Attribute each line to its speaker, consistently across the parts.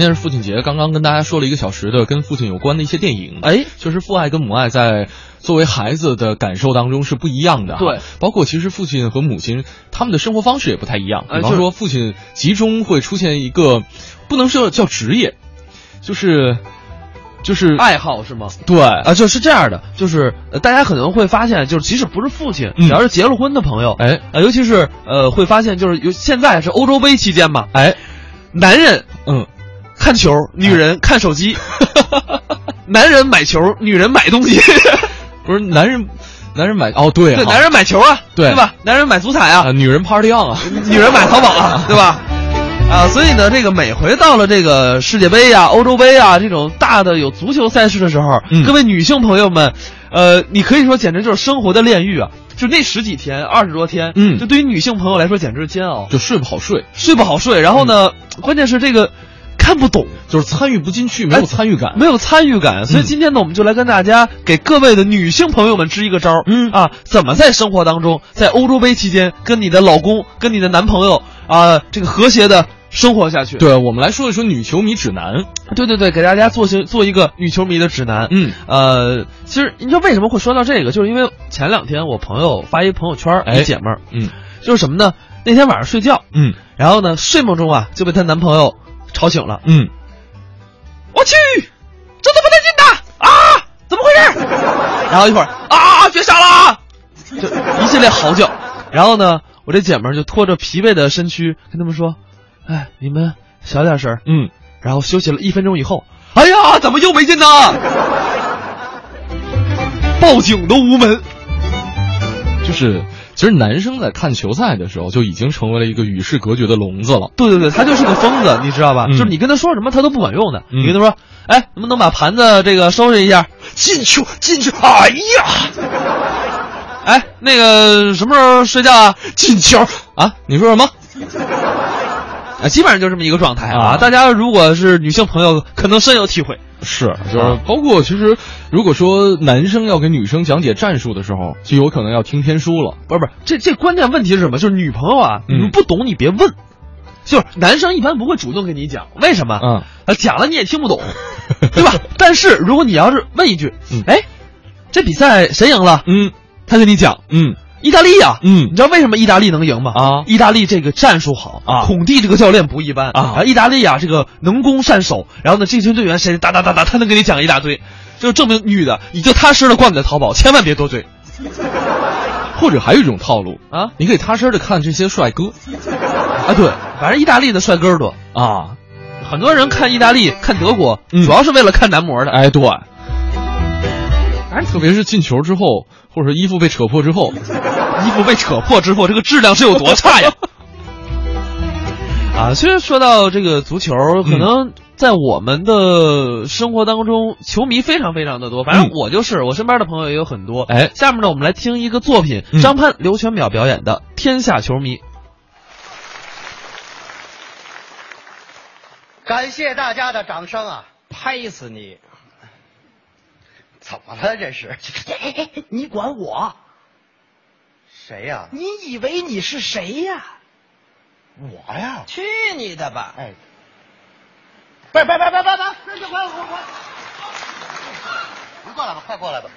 Speaker 1: 今天是父亲节，刚刚跟大家说了一个小时的跟父亲有关的一些电影。
Speaker 2: 哎，
Speaker 1: 确实父爱跟母爱在作为孩子的感受当中是不一样的哈。
Speaker 2: 对
Speaker 1: 包括其实父亲和母亲他们的生活方式也不太一样。
Speaker 2: 哎
Speaker 1: 比方
Speaker 2: 就是
Speaker 1: 说，父亲集中会出现一个，不能说叫职业，就是就是
Speaker 2: 爱好是吗？
Speaker 1: 对
Speaker 2: 啊，就是这样的，就是、呃大家可能会发现，就是即使不是父亲，
Speaker 1: 嗯
Speaker 2: 只要是结了婚的朋友，
Speaker 1: 哎
Speaker 2: 呃，尤其是呃，会发现就是有现在是欧洲杯期间嘛，
Speaker 1: 哎
Speaker 2: 男人
Speaker 1: 嗯
Speaker 2: 看球，
Speaker 1: 哎
Speaker 2: 女人看 手机，男人买球，女人买东西，
Speaker 1: 不是男人男人买哦对
Speaker 2: 对，
Speaker 1: 哈
Speaker 2: 男人买球啊，
Speaker 1: 对
Speaker 2: 吧？男人买足彩啊，
Speaker 1: 啊女人 party on 啊
Speaker 2: 女人买淘宝 啊，对吧？啊，所以呢，这个每回到了这个世界杯啊、欧洲杯啊这种大的有足球赛事的时候，
Speaker 1: 嗯
Speaker 2: 各位女性朋友们，呃，你可以说简直就是生活的炼狱啊！就那十几天、二十多天，
Speaker 1: 嗯
Speaker 2: 就对于女性朋友来说简直是煎熬，
Speaker 1: 就睡不好睡，
Speaker 2: 睡不好睡。然后呢，
Speaker 1: 嗯
Speaker 2: 关键是这个看不懂，
Speaker 1: 就是参与不进去，没有
Speaker 2: 哎
Speaker 1: 参与感。
Speaker 2: 没有参与感。所以
Speaker 1: 嗯
Speaker 2: 今天呢，我们就来跟大家给各位的女性朋友们支一个招儿，
Speaker 1: 嗯
Speaker 2: 啊，怎么在生活当中，在欧洲杯期间跟你的老公、跟你的男朋友啊，这个和谐的生活下去。
Speaker 1: 对我们来说一说女球迷指南。
Speaker 2: 对对对，给大家做些做一个女球迷的指南。
Speaker 1: 嗯
Speaker 2: 呃，其实你知道为什么会说到这个，就是因为前两天我朋友发一朋友圈儿，
Speaker 1: 哎
Speaker 2: 一姐们儿，
Speaker 1: 嗯
Speaker 2: 就是什么呢？那天晚上睡觉，
Speaker 1: 嗯
Speaker 2: 然后呢，睡梦中啊就被她男朋友吵醒了。
Speaker 1: 嗯。
Speaker 2: 我去，这怎么带劲的啊？怎么回事？然后一会儿啊，绝杀了啊，就一系列嚎叫。然后呢，我这姐们儿就拖着疲惫的身躯跟他们说：“哎，你们小点声儿。
Speaker 1: 嗯”
Speaker 2: 然后休息了一分钟以后，哎呀，怎么又没进呢？报警都无门。，
Speaker 1: 就是其实男生在看球赛的时候就已经成为了一个与世隔绝的笼子了。
Speaker 2: 对对对，他就是个疯子，你知道吧？
Speaker 1: 嗯
Speaker 2: 就是你跟他说什么，他都不管用的。
Speaker 1: 嗯
Speaker 2: 你跟他说，哎，能不能把盘子这个收拾一下？
Speaker 1: 进球，进球！哎呀，
Speaker 2: 哎，那个什么时候睡觉啊？
Speaker 1: 进球啊！你说什么？
Speaker 2: 啊，基本上就这么一个状态
Speaker 1: 啊
Speaker 2: 啊。大家如果是女性朋友，可能深有体会。
Speaker 1: 是，就是
Speaker 2: 啊
Speaker 1: 包括其实，如果说男生要给女生讲解战术的时候，就有可能要听天书了。
Speaker 2: 不是不是，这这关键问题是什么？就是女朋友啊，
Speaker 1: 嗯
Speaker 2: 你不懂你别问。就是男生一般不会主动跟你讲，为什么？
Speaker 1: 嗯，
Speaker 2: 啊，讲了你也听 不懂，对吧？但是如果你要是问一句
Speaker 1: 嗯，
Speaker 2: 哎，这比赛谁赢了？
Speaker 1: 嗯
Speaker 2: 他跟你讲，
Speaker 1: 嗯
Speaker 2: 意大利呀、你
Speaker 1: 嗯
Speaker 2: 知道为什么意大利能赢吗？
Speaker 1: 啊
Speaker 2: 意大利这个战术好
Speaker 1: 啊
Speaker 2: 孔蒂这个教练不一般
Speaker 1: 啊
Speaker 2: 然后意大利啊，这个能攻善守，然后呢，这群队员谁哒哒哒哒，他能给你讲一大堆，就证明女的你就踏实的逛你的淘宝，千万别多追
Speaker 1: 或者还有一种套路，
Speaker 2: 啊
Speaker 1: 你可以踏实的看这些帅哥
Speaker 2: 啊！对，反正意大利的帅哥多，
Speaker 1: 啊。
Speaker 2: 很多人看意大利、看德国，
Speaker 1: 嗯
Speaker 2: 主要是为了看男模的。
Speaker 1: 哎，对。哎，特别是进球之后，或者说衣服被扯破之后，
Speaker 2: 衣服被扯破之后，这个质量是有多差呀！ 啊，其实说到这个足球，可能在我们的生活当中，球迷非常非常的多。反正
Speaker 1: 嗯
Speaker 2: 我就是，我身边的朋友也有很多。
Speaker 1: 哎
Speaker 2: 下面呢，我们来听一个作品，
Speaker 1: 嗯
Speaker 2: 张潘、刘全淼表演的《天下球迷》。
Speaker 3: 感谢大家的掌声啊！拍死你！怎么了这是？
Speaker 4: 哎哎哎，你管我？
Speaker 3: 谁呀、
Speaker 4: 你以为你是谁呀、
Speaker 3: 我呀！
Speaker 4: 去你的吧！
Speaker 3: 哎，别别别别别别！那就快快快！你过来吧，快过来吧！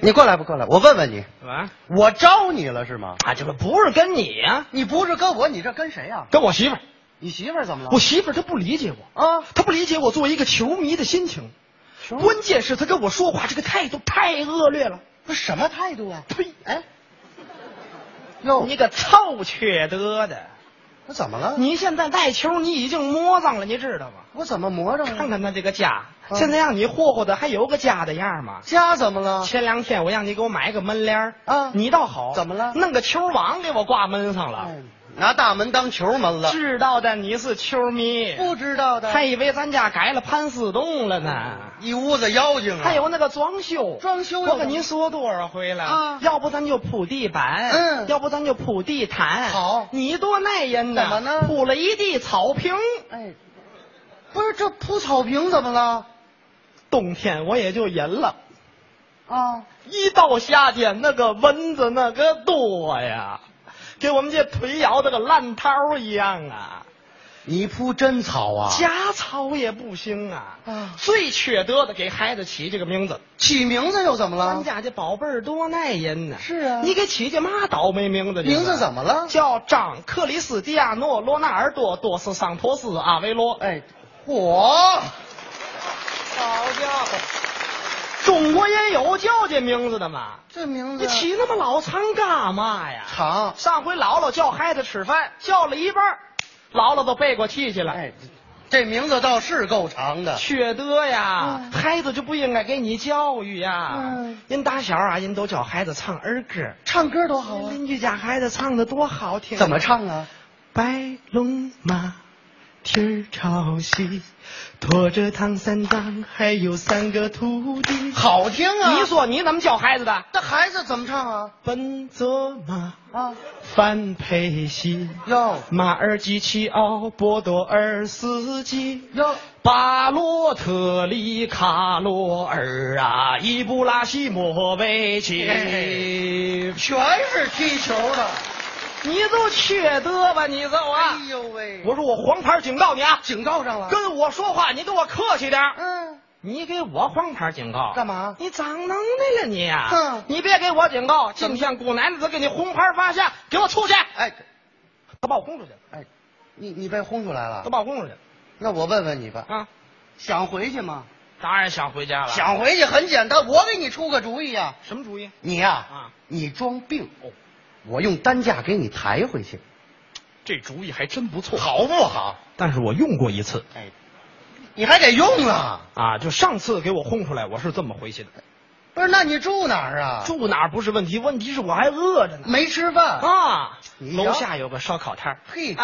Speaker 3: 你过来吧，过来！我问问你，
Speaker 4: 干嘛？
Speaker 3: 我招你了是吗？
Speaker 4: 啊，这个不是跟你呀、
Speaker 3: 你不是跟我，你这跟谁呀、
Speaker 4: 跟我媳妇儿。
Speaker 3: 你媳妇儿怎么了？
Speaker 4: 我媳妇儿她不理解我
Speaker 3: 啊
Speaker 4: 她不理解我作为一个球迷的心情。关键是她跟我说话这个态度太恶劣了。
Speaker 3: 不是什么态度啊？
Speaker 4: 呸！
Speaker 3: 哎，哟，
Speaker 4: 你个臭缺德的！
Speaker 3: 我怎么了？
Speaker 4: 你现在带球，你已经摸上了，你知道吗？
Speaker 3: 我怎么魔怔了？
Speaker 4: 看看他这个家，
Speaker 3: 嗯
Speaker 4: 现在让你霍霍的还有个家的样儿吗？
Speaker 3: 家怎么了？
Speaker 4: 前两天我让你给我买个门帘儿
Speaker 3: 啊
Speaker 4: 你倒好，
Speaker 3: 怎么了
Speaker 4: 弄个球网给我挂门上了。
Speaker 3: 哎拿大门当球门了？
Speaker 4: 知道的你是球迷，
Speaker 3: 不知道的。嗯
Speaker 4: 还以为咱家改了潘四洞了呢。
Speaker 3: 一屋子妖精啊！
Speaker 4: 还有那个装修，
Speaker 3: 装修又
Speaker 4: 我跟您说多少回了
Speaker 3: 啊
Speaker 4: 要不咱就铺地板，
Speaker 3: 嗯
Speaker 4: 要不咱就铺地毯。
Speaker 3: 好
Speaker 4: 你多耐人呐，
Speaker 3: 怎么呢
Speaker 4: 铺了一地草坪，
Speaker 3: 哎，不是这铺草坪怎么了？
Speaker 4: 冬天我也就忍了。
Speaker 3: 啊，
Speaker 4: 一到夏天，那个蚊子那个多呀，给我们这腿咬的个烂桃一样啊！你铺真草啊？
Speaker 3: 假草也不行啊！
Speaker 4: 啊
Speaker 3: 最缺德的给孩子起这个名字，
Speaker 4: 起名字又怎么
Speaker 3: 咱们
Speaker 4: 了？
Speaker 3: 家这宝贝儿多耐人呐！
Speaker 4: 是啊
Speaker 3: 你给起这嘛倒霉名字？
Speaker 4: 名字怎
Speaker 3: 么？
Speaker 4: 么了？
Speaker 3: 叫张克里斯蒂亚诺罗纳尔多多斯桑托斯阿维罗。
Speaker 4: 哎，火！
Speaker 3: 好家伙，中国也有叫这名字的嘛？
Speaker 4: 这名字
Speaker 3: 你起那么老长干嘛呀？
Speaker 4: 长
Speaker 3: 上回姥姥叫孩子吃饭，叫了一半儿，姥姥都背过气去了。
Speaker 4: 哎，这名字倒是够长的。
Speaker 3: 缺德呀！孩子就不应该给你教育呀。
Speaker 4: 嗯
Speaker 3: 人打小啊，人都教孩子唱儿歌。
Speaker 4: 唱歌多好啊！
Speaker 3: 邻居家孩子唱的多好听，
Speaker 4: 怎么？唱啊？
Speaker 3: 白龙马，蹄儿朝西，驮着唐三藏，还有三个徒弟。
Speaker 4: 好听啊！
Speaker 3: 你说你怎么教孩子的？
Speaker 4: 这孩子怎么唱啊？
Speaker 3: 奔卓玛，
Speaker 4: 啊，
Speaker 3: 范佩西，
Speaker 4: 哟
Speaker 3: 马尔基奇奥，波多尔斯基。
Speaker 4: 哟，
Speaker 3: 巴洛特利卡罗尔啊，伊布拉希莫维奇，
Speaker 4: 嘿哎全是踢球的。
Speaker 3: 你都缺德吧，你都啊！
Speaker 4: 哎呦喂！
Speaker 3: 我说我黄牌警告你啊，
Speaker 4: 警告上了。
Speaker 3: 跟我说话你给我客气点儿
Speaker 4: 嗯，
Speaker 3: 你给我黄牌警告
Speaker 4: 干嘛
Speaker 3: 你长能耐了你呀、
Speaker 4: 哼
Speaker 3: 你别给我警告，今天姑奶奶都给你红牌发下，给我出去！
Speaker 4: 哎
Speaker 3: 都把我轰出去，
Speaker 4: 哎，你你被轰出来
Speaker 3: 都
Speaker 4: 了？
Speaker 3: 把我轰出去
Speaker 4: 那我问问你吧，
Speaker 3: 啊！
Speaker 4: 想回去吗？
Speaker 3: 当然想回家了，
Speaker 4: 想回去很简单，我给你出个主意啊。
Speaker 3: 什么主意？
Speaker 4: 你呀、
Speaker 3: 啊
Speaker 4: 你装病，我用担架给你抬回去，
Speaker 3: 这主意还真不错，
Speaker 4: 好不好？
Speaker 3: 但是我用过一次。
Speaker 4: 哎，你还得用啊。
Speaker 3: 啊，就上次给我轰出来，我是这么回去的。
Speaker 4: 不是，那你住哦哪儿啊？
Speaker 3: 住哪儿不是问题，问题是我还饿着呢。
Speaker 4: 没吃饭？
Speaker 3: 啊，
Speaker 4: 你呀
Speaker 3: 楼下有个烧烤摊儿，
Speaker 4: 嘿，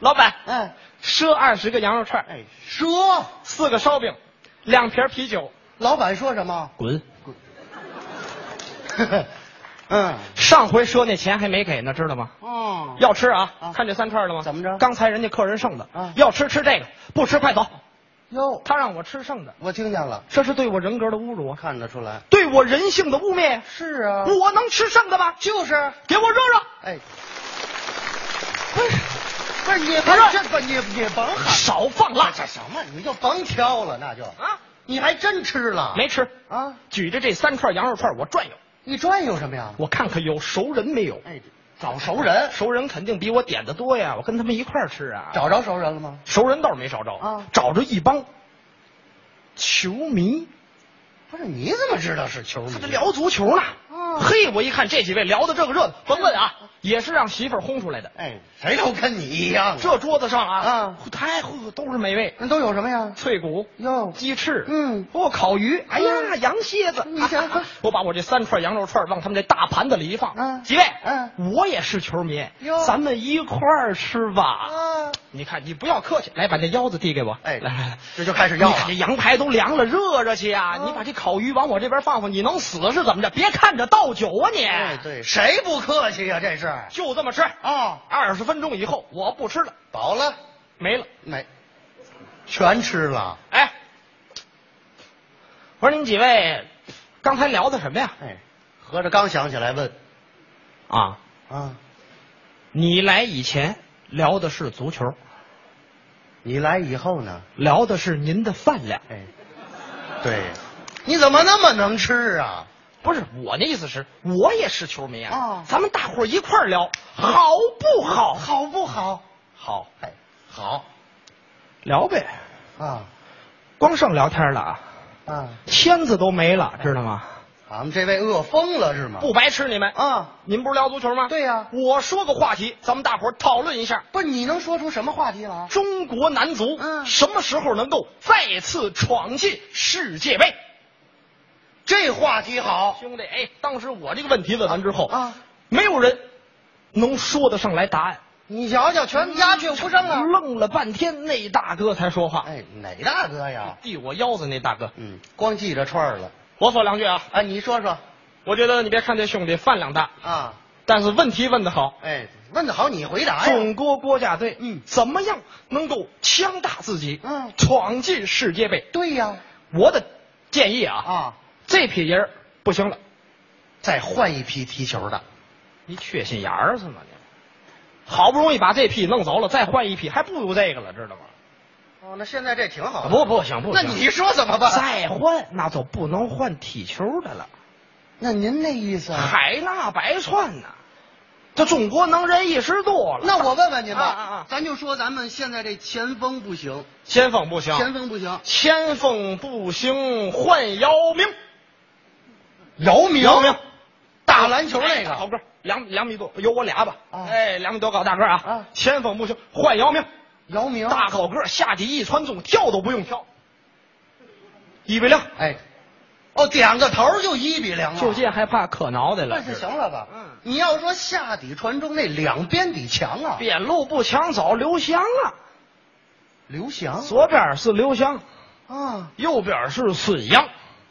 Speaker 3: 老板，
Speaker 4: 哎
Speaker 3: 赊二十个羊肉串，
Speaker 4: 哎，蛇！
Speaker 3: 四个烧饼，两瓶啤酒，
Speaker 4: 老板说什么？
Speaker 3: 滚！
Speaker 4: 嗯，
Speaker 3: 上回赊那钱还没给呢，知道吗？
Speaker 4: 哦，
Speaker 3: 要吃啊，
Speaker 4: 啊
Speaker 3: 看这三串了吗？
Speaker 4: 怎么着
Speaker 3: 刚才人家客人剩的，
Speaker 4: 啊
Speaker 3: 要吃吃这个，不吃快走。
Speaker 4: 哟，
Speaker 3: 他让我吃剩的，
Speaker 4: 我听见了，
Speaker 3: 这是对我人格的侮辱啊，
Speaker 4: 看得出来。
Speaker 3: 对我人性的污蔑。
Speaker 4: 是啊
Speaker 3: 我能吃剩的吗？
Speaker 4: 就是，
Speaker 3: 给我肉肉！
Speaker 4: 哎，
Speaker 3: 哎
Speaker 4: 不是你
Speaker 3: 不是
Speaker 4: 哎这不你你甭喊
Speaker 3: 少放辣
Speaker 4: 哎这什么，你就甭挑了，那就
Speaker 3: 啊！
Speaker 4: 你还真吃了？
Speaker 3: 没吃，
Speaker 4: 啊？
Speaker 3: 举着这三串羊肉串，我转悠，
Speaker 4: 你转悠什么呀？
Speaker 3: 我看看有熟人没有。
Speaker 4: 哎，找熟人，
Speaker 3: 熟人肯定比我点的多呀，我跟他们一块儿吃啊。
Speaker 4: 找着熟人了吗？
Speaker 3: 熟人倒是没找着
Speaker 4: 啊
Speaker 3: 找着一帮球迷，
Speaker 4: 不是，你怎么知道是球迷？啊
Speaker 3: 他们聊足球呢。
Speaker 4: 嗯哦嗯
Speaker 3: 嘿，我一看这几位聊的这个热闹，甭问啊，也是让媳妇儿轰出来的。
Speaker 4: 哎，谁都跟你一样啊。
Speaker 3: 这桌子上啊，
Speaker 4: 啊
Speaker 3: 太呼都是美味，
Speaker 4: 人都有什么呀？
Speaker 3: 脆骨、
Speaker 4: 哟，
Speaker 3: 鸡翅，
Speaker 4: 嗯
Speaker 3: 哦，烤鱼，哎呀，
Speaker 4: 嗯
Speaker 3: 羊蝎子。
Speaker 4: 你瞧
Speaker 3: 我把我这三串羊肉串往他们这大盘子里一放，
Speaker 4: 嗯
Speaker 3: 几位，
Speaker 4: 嗯，
Speaker 3: 我也是球迷
Speaker 4: 哟，
Speaker 3: 咱们一块儿吃吧。
Speaker 4: 啊，
Speaker 3: 你看，你不要客气，来把这腰子递给我。
Speaker 4: 哎
Speaker 3: 来来来，
Speaker 4: 这就开始要
Speaker 3: 你
Speaker 4: 了
Speaker 3: 看这羊排都凉了，热热去啊！
Speaker 4: 嗯
Speaker 3: 你把这烤鱼往我这边放放，你能死是怎么着？别看着倒酒啊你！
Speaker 4: 哎，对，谁不客气呀？这是啊，
Speaker 3: 就这么吃。
Speaker 4: 哦
Speaker 3: 二十分钟以后我不吃了，
Speaker 4: 饱了
Speaker 3: 没了。
Speaker 4: 没？全吃了。
Speaker 3: 哎，我说您几位刚才聊的什么呀？
Speaker 4: 哎，合着刚想起来问
Speaker 3: 啊，
Speaker 4: 啊，
Speaker 3: 你来以前聊的是足球，
Speaker 4: 你来以后呢？
Speaker 3: 聊的是您的饭量。
Speaker 4: 哎，对，你怎么那么能吃啊？
Speaker 3: 不是我的意思是，我也是球迷啊，
Speaker 4: 哦
Speaker 3: 咱们大伙儿一块儿聊，好不好？
Speaker 4: 好不好？
Speaker 3: 好，
Speaker 4: 哎，好
Speaker 3: 聊呗，
Speaker 4: 啊
Speaker 3: 光剩聊天了啊，
Speaker 4: 啊！
Speaker 3: 签子都没了，知道吗？
Speaker 4: 俺们这位饿疯了是吗？
Speaker 3: 不白吃你们！
Speaker 4: 啊，
Speaker 3: 你们不是聊足球吗？
Speaker 4: 对呀
Speaker 3: 我说个话题，咱们大伙儿讨论一下，
Speaker 4: 不是你能说出什么话题来？
Speaker 3: 中国男足
Speaker 4: 嗯
Speaker 3: 什么时候能够再次闯进世界杯？
Speaker 4: 这话题好，
Speaker 3: 兄弟，哎，当时我这个问题问完之后
Speaker 4: 啊，
Speaker 3: 没有人能说得上来答案，
Speaker 4: 你瞧瞧，全鸦雀无声啊！
Speaker 3: 愣了半天，那大哥才说话，
Speaker 4: 哎，哪大哥呀？
Speaker 3: 递我腰子那大哥，
Speaker 4: 嗯，光记着串儿了。
Speaker 3: 我说两句啊，
Speaker 4: 啊，你说说
Speaker 3: 我觉得你别看这兄弟饭量大，
Speaker 4: 啊？
Speaker 3: 但是问题问得好。
Speaker 4: 哎，问的好，你回答哎呀。
Speaker 3: 中国国家队，
Speaker 4: 嗯
Speaker 3: 怎么样能够强大自己，
Speaker 4: 嗯
Speaker 3: 闯进世界杯？
Speaker 4: 对呀，
Speaker 3: 我的建议啊，
Speaker 4: 啊，
Speaker 3: 这批人儿不行了，
Speaker 4: 再换一批踢球的。
Speaker 3: 你缺心眼儿是吗？你好不容易把这批弄走了，再换一批，还不如这个了，知道吗？
Speaker 4: 哦，那现在这挺好的。
Speaker 3: 不不行不
Speaker 4: 那
Speaker 3: 行
Speaker 4: 你说怎么办？
Speaker 3: 再换那就不能换踢球的了，
Speaker 4: 那您那意思啊？
Speaker 3: 海纳百川呐、这中国能人一时多了。
Speaker 4: 那我问问您吧，
Speaker 3: 啊啊啊
Speaker 4: 咱就说咱们现在这前锋不行，
Speaker 3: 先锋不行，
Speaker 4: 前锋不行，
Speaker 3: 前锋不行，换姚明，
Speaker 4: 姚明
Speaker 3: 姚明，
Speaker 4: 打篮球
Speaker 3: 哎
Speaker 4: 那
Speaker 3: 大高
Speaker 4: 个，
Speaker 3: 个儿，两两米多，有我俩吧？
Speaker 4: 啊
Speaker 3: 哎，两米多高大个儿啊
Speaker 4: 啊！
Speaker 3: 前锋不行，换姚明，
Speaker 4: 姚明
Speaker 3: 大高个儿，下底一传中，跳都不用跳，一比零，
Speaker 4: 哎，哦，点个头就一比零了，啊
Speaker 3: 就这还怕磕脑袋了？
Speaker 4: 那是行了吧？
Speaker 3: 嗯，
Speaker 4: 你要说下底传中那两边底强啊，
Speaker 3: 边路不抢走刘翔啊，
Speaker 4: 刘翔
Speaker 3: 左边是刘翔，
Speaker 4: 啊
Speaker 3: 右边是孙杨。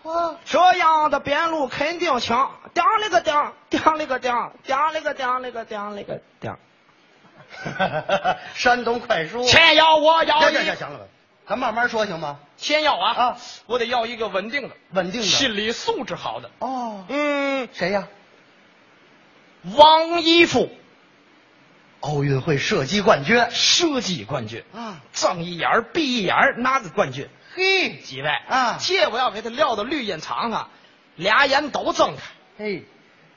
Speaker 4: 啊，
Speaker 3: 这样的边路肯定强，叮了个叮，叮了个叮，叮了个叮了个叮了个叮。
Speaker 4: 山东快书，
Speaker 3: 先要我要
Speaker 4: 行
Speaker 3: 一
Speaker 4: 行行，行了吧？咱慢慢说行吗？
Speaker 3: 先要啊
Speaker 4: 啊
Speaker 3: 我得要一个稳定的、
Speaker 4: 稳定的
Speaker 3: 心理素质好的。
Speaker 4: 哦，
Speaker 3: 嗯，
Speaker 4: 谁呀？
Speaker 3: 王一夫，
Speaker 4: 奥运会射击冠军
Speaker 3: 射击冠军，
Speaker 4: 啊，
Speaker 3: 睁一眼儿闭一眼儿拿着冠军。
Speaker 4: 嘿，
Speaker 3: 几位
Speaker 4: 啊
Speaker 3: 这我要给他撂到绿茵场上，俩眼都睁开。
Speaker 4: 嘿，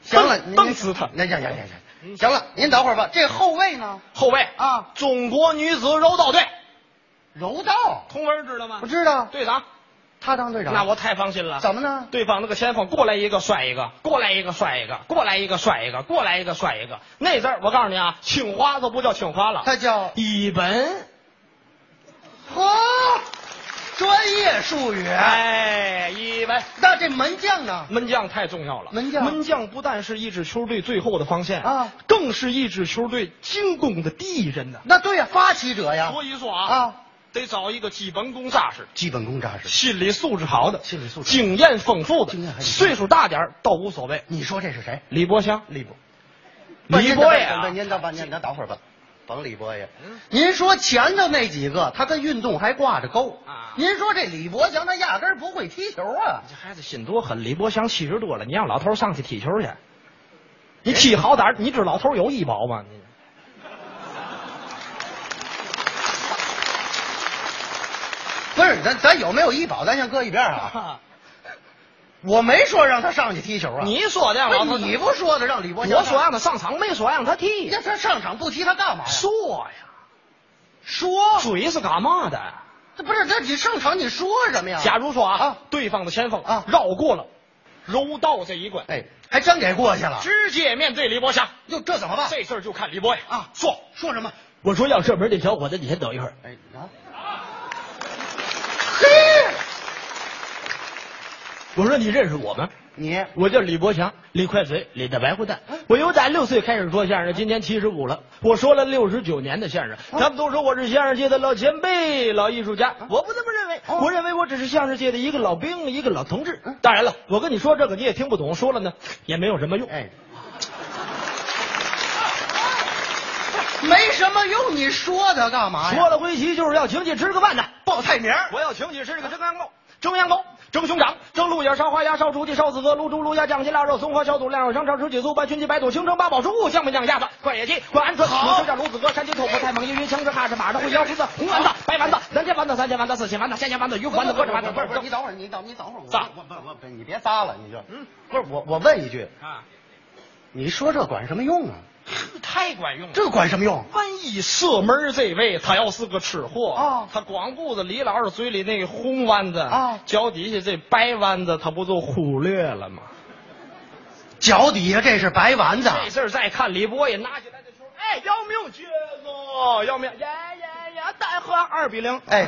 Speaker 4: 行了，
Speaker 3: 瞪
Speaker 4: 您
Speaker 3: 瞪死他
Speaker 4: 那行行行行，行了，您等会儿吧。这后卫呢？
Speaker 3: 后卫
Speaker 4: 嗯啊
Speaker 3: 中国女子柔道队，
Speaker 4: 柔道，
Speaker 3: 童文知道吗
Speaker 4: 我？知道，
Speaker 3: 队长，
Speaker 4: 他当队长。
Speaker 3: 那我太放心了。
Speaker 4: 怎么呢？
Speaker 3: 对方那个前锋过来一个摔一个，过来一个摔一个，过来一个摔一个，过来一个摔一个。那阵儿我告诉你啊，清华都不叫清华了，
Speaker 4: 他叫
Speaker 3: 一本。
Speaker 4: 呵，专业术语。
Speaker 3: 哎，一本。
Speaker 4: 那这门将呢？
Speaker 3: 门将太重要了，
Speaker 4: 门将
Speaker 3: 门将不但是一支球队最后的防线
Speaker 4: 啊
Speaker 3: 更是一支球队进攻的第一人呐。
Speaker 4: 那对呀，发起者呀。
Speaker 3: 所以说啊，
Speaker 4: 啊，
Speaker 3: 得找一个基本功扎实的、
Speaker 4: 基本功扎实。
Speaker 3: 心理素质好的、
Speaker 4: 心理素质
Speaker 3: 经验丰富的
Speaker 4: 经验、还行
Speaker 3: 岁数大点儿倒无所谓。
Speaker 4: 你说这是谁？
Speaker 3: 李伯祥，
Speaker 4: 李博。
Speaker 3: 李博也啊
Speaker 4: 那您等吧，您等等会儿吧，甭李博也。
Speaker 3: 嗯
Speaker 4: 您说前头那几个，他跟运动还挂着钩
Speaker 3: 啊
Speaker 4: 您说这李博祥，他压根儿不会踢球啊。
Speaker 3: 这孩子心多狠，李伯祥七十多了，你让老头上去踢球去，你踢好歹儿，你知道老头有医保吗？你
Speaker 4: 不是，咱咱有没有医保，咱先搁一边儿啊。我没说让他上去踢球啊。
Speaker 3: 你说的让老头
Speaker 4: 不是你不说的让李
Speaker 3: 我
Speaker 4: 博祥上，
Speaker 3: 说让他上场，没说让他踢。
Speaker 4: 那他上场不踢他干嘛呀？
Speaker 3: 说呀，说嘴是干嘛的？
Speaker 4: 这不是，那你上场你说什么呀？
Speaker 3: 假如说啊
Speaker 4: 啊，
Speaker 3: 对方的前锋
Speaker 4: 啊
Speaker 3: 绕过了柔道这一关，
Speaker 4: 哎，还真给过去
Speaker 2: 啊
Speaker 4: 了。
Speaker 3: 直接面对李伯祥，
Speaker 4: 哟，这怎么办？
Speaker 3: 这事儿就看李博呀
Speaker 4: 啊
Speaker 3: 说，
Speaker 4: 说什么？
Speaker 2: 我说要射门这小伙子，你先等一会儿。
Speaker 4: 哎啊，
Speaker 3: 嘿，
Speaker 2: 我说你认识我吗？
Speaker 4: 你
Speaker 2: 我叫李伯强，李快嘴，李大白胡蛋。
Speaker 3: 啊
Speaker 2: 我由打六岁开始说相声，今年七十五了。我说了六十九年的相声，
Speaker 3: 啊
Speaker 2: 他们都说我是相声界的老前辈、老艺术家。我不这么认为，
Speaker 3: 哦
Speaker 2: 我认为我只是相声界的一个老兵、一个老同志。
Speaker 3: 嗯
Speaker 2: 当然了，我跟你说这个你也听不懂，说了呢也没有什么用。
Speaker 4: 哎，没什么用，你说他干嘛呀？
Speaker 2: 说了归期就是要请你吃个饭的，
Speaker 4: 报菜名儿，
Speaker 2: 我要请你吃个蒸羊羔、蒸羊羔、蒸熊掌、蒸鹿眼、烧花鸭、烧雏鸡、烧子鹅、卤猪、卤鸭、酱鸡、腊肉、松花小肚、晾肉香肠、吃脊酥、白群鸡、白肚、清蒸八宝猪、酱焖酱鸭子、灌野鸡、灌鹌鹑、卤猪酱、卤子鹅、山鸡、兔脯、菜蟒、鱼云、枪支、哈士、马的、烩腰、胡子、红丸子、白丸子、南煎丸子、三鲜丸子、四鲜丸子、鲜鲜丸子、鱼丸子、鹅掌丸子。
Speaker 4: 不是不是，你等会儿，你等你等会儿，我
Speaker 2: 撒
Speaker 4: 我我我，你别撒了，你就
Speaker 3: 嗯
Speaker 4: 不是我我问一句，
Speaker 3: 啊，
Speaker 4: 你说这管什么用啊？
Speaker 3: 太管用了。
Speaker 4: 这管什么用？
Speaker 3: 万一射门这位他要是个吃货
Speaker 4: 啊
Speaker 3: 他光顾着李老师嘴里那红丸子
Speaker 4: 啊
Speaker 3: 脚底下这白丸子他不就忽略了吗？
Speaker 4: 脚底下这是白丸子，
Speaker 3: 这事儿再看李博也拿起来这球，哎，姚明绝了，姚明，呀呀呀，单喝二比零，
Speaker 4: 哎，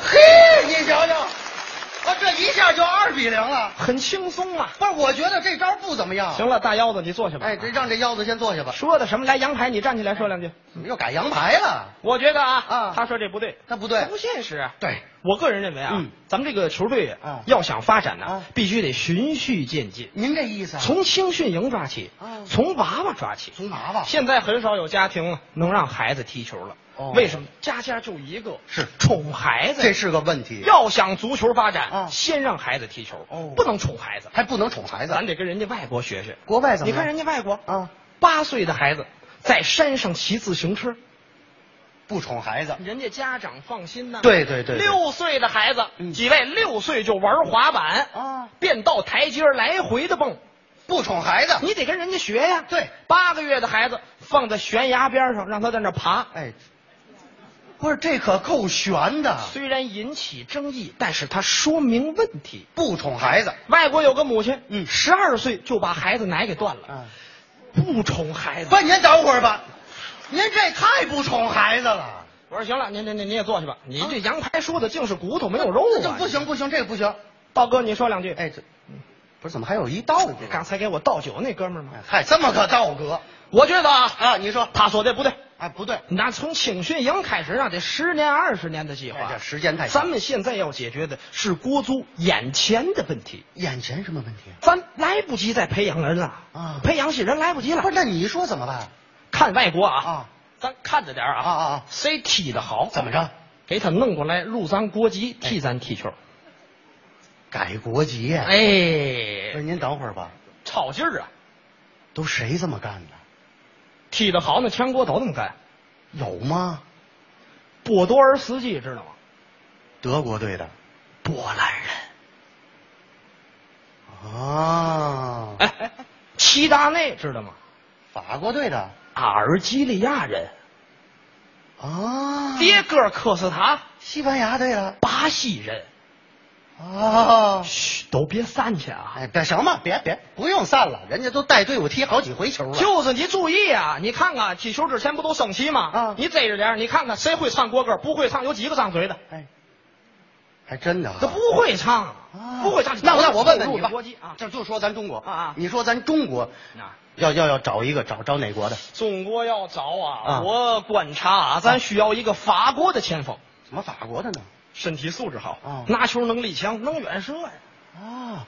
Speaker 4: 嘿，你瞧瞧，啊，这一下就二比零了。
Speaker 3: 很轻松啊。
Speaker 4: 不是，我觉得这招不怎么样。
Speaker 3: 行了，大腰子你坐下吧。
Speaker 4: 哎，这让这腰子先坐下吧。
Speaker 3: 说的什么来羊排？你站起来说两句。
Speaker 4: 怎么又改羊排了？
Speaker 3: 我觉得啊，
Speaker 4: 啊
Speaker 3: 他说这不对，
Speaker 4: 那不对
Speaker 3: 不，现实。啊
Speaker 4: 对，
Speaker 3: 我个人认为啊，
Speaker 4: 嗯
Speaker 3: 咱们这个球队
Speaker 4: 啊
Speaker 3: 要想发展呢、
Speaker 4: 啊
Speaker 3: 必须得循序渐进。
Speaker 4: 您这意思啊？
Speaker 3: 从青训营抓起
Speaker 4: 啊，
Speaker 3: 从娃娃抓起。
Speaker 4: 从娃娃
Speaker 3: 现在很少有家庭能让孩子踢球了，
Speaker 4: 哦
Speaker 3: 为什么？家家就一个，
Speaker 4: 是
Speaker 3: 宠孩子呀。
Speaker 4: 这是个问题，
Speaker 3: 要想足球发展，
Speaker 4: 啊
Speaker 3: 先让孩子踢球，
Speaker 4: 哦
Speaker 3: 不能宠孩子，
Speaker 4: 还不能宠孩子。
Speaker 3: 咱得跟人家外国学学。
Speaker 4: 国外怎么
Speaker 3: 你
Speaker 4: 了？
Speaker 3: 看人家外国
Speaker 4: 啊，
Speaker 3: 八岁的孩子在山上骑自行车，
Speaker 4: 不宠孩子，
Speaker 3: 人家家长放心呐、
Speaker 4: 对对对对
Speaker 3: 六岁的孩子，
Speaker 4: 嗯
Speaker 3: 几位六岁就玩滑板
Speaker 4: 啊
Speaker 3: 变道台阶儿来回的蹦，
Speaker 4: 不宠孩子，
Speaker 3: 你得跟人家学呀。
Speaker 4: 对，
Speaker 3: 八个月的孩子放在悬崖边上，让他在那儿爬。
Speaker 4: 哎，不是这可够悬的，
Speaker 3: 虽然引起争议，但是他说明问题。
Speaker 4: 不宠孩子，
Speaker 3: 外国有个母亲，
Speaker 4: 嗯
Speaker 3: 十二岁就把孩子奶给断了，
Speaker 4: 啊，
Speaker 3: 不宠孩子
Speaker 4: 不。是，您等会儿吧，您这太不宠孩子了，
Speaker 3: 我说行了，您您您您也坐下吧，你这羊排说的竟是骨头没有肉啊！
Speaker 4: 啊这不行不行，这个不行，
Speaker 3: 道哥，你说两句。哦
Speaker 4: 哎，这不是怎么还有一道呢？
Speaker 3: 刚才给我倒酒那哥们儿吗？
Speaker 4: 嗨，这么个道格
Speaker 3: 我觉得啊，
Speaker 4: 哎啊？你说，
Speaker 3: 他说的不对。
Speaker 4: 哎，不对，
Speaker 3: 那从青训营开始啊，得十年二十年的计
Speaker 4: 哎
Speaker 3: 划，
Speaker 4: 这时间太长
Speaker 3: 咱们现在要解决的是国足眼前的问题，
Speaker 4: 眼前什么问题啊？
Speaker 3: 咱来不及再培养人了
Speaker 4: 啊
Speaker 3: 培养起人来不及了。
Speaker 4: 不是，那你说怎么办？
Speaker 3: 看外国啊，
Speaker 4: 啊
Speaker 3: 咱看着点儿啊
Speaker 4: 啊啊啊！
Speaker 3: 谁踢得好，
Speaker 4: 怎么着？
Speaker 3: 给他弄过来入咱国籍，替咱踢球。
Speaker 4: 改国籍呀？不是，
Speaker 3: 哎，
Speaker 4: 您等会儿吧，
Speaker 3: 超劲儿啊！
Speaker 4: 都谁这么干的？
Speaker 3: 踢得好，那全国都那么干。
Speaker 4: 有吗？
Speaker 3: 波多尔斯基知道吗？
Speaker 4: 德国队的
Speaker 3: 波兰人。
Speaker 4: 啊，
Speaker 3: 哎哎，哎齐达内知道吗？
Speaker 4: 法国队的
Speaker 3: 阿尔及利亚人。
Speaker 4: 啊，
Speaker 3: 迭戈尔科斯塔，
Speaker 4: 西班牙队的
Speaker 3: 巴西人。
Speaker 4: 啊，
Speaker 3: 嘘，都别散去啊！
Speaker 4: 哎，别行吧，别别，不用散了，人家都带队伍踢好几回球了。
Speaker 3: 就是你注意啊，你看看踢球之前不都升旗吗？
Speaker 4: 啊
Speaker 3: 你逮着点儿，你看看谁会唱国歌，不会唱有几个张嘴的？
Speaker 4: 哎，还真的啊
Speaker 3: 他不会唱，
Speaker 4: 啊
Speaker 3: 不会唱。
Speaker 4: 那我那我问问你吧，
Speaker 3: 国际啊，
Speaker 4: 这就说咱中国
Speaker 3: 啊啊
Speaker 4: 你说咱中国
Speaker 3: 啊
Speaker 4: 要要要找一个找找哪国的？
Speaker 3: 中国要找啊，
Speaker 4: 啊
Speaker 3: 我观察啊，咱需要一个法国的前锋，
Speaker 4: 怎么法国的呢？
Speaker 3: 身体素质好，
Speaker 4: 啊
Speaker 3: 拿球能力强，能远射呀。
Speaker 4: 啊，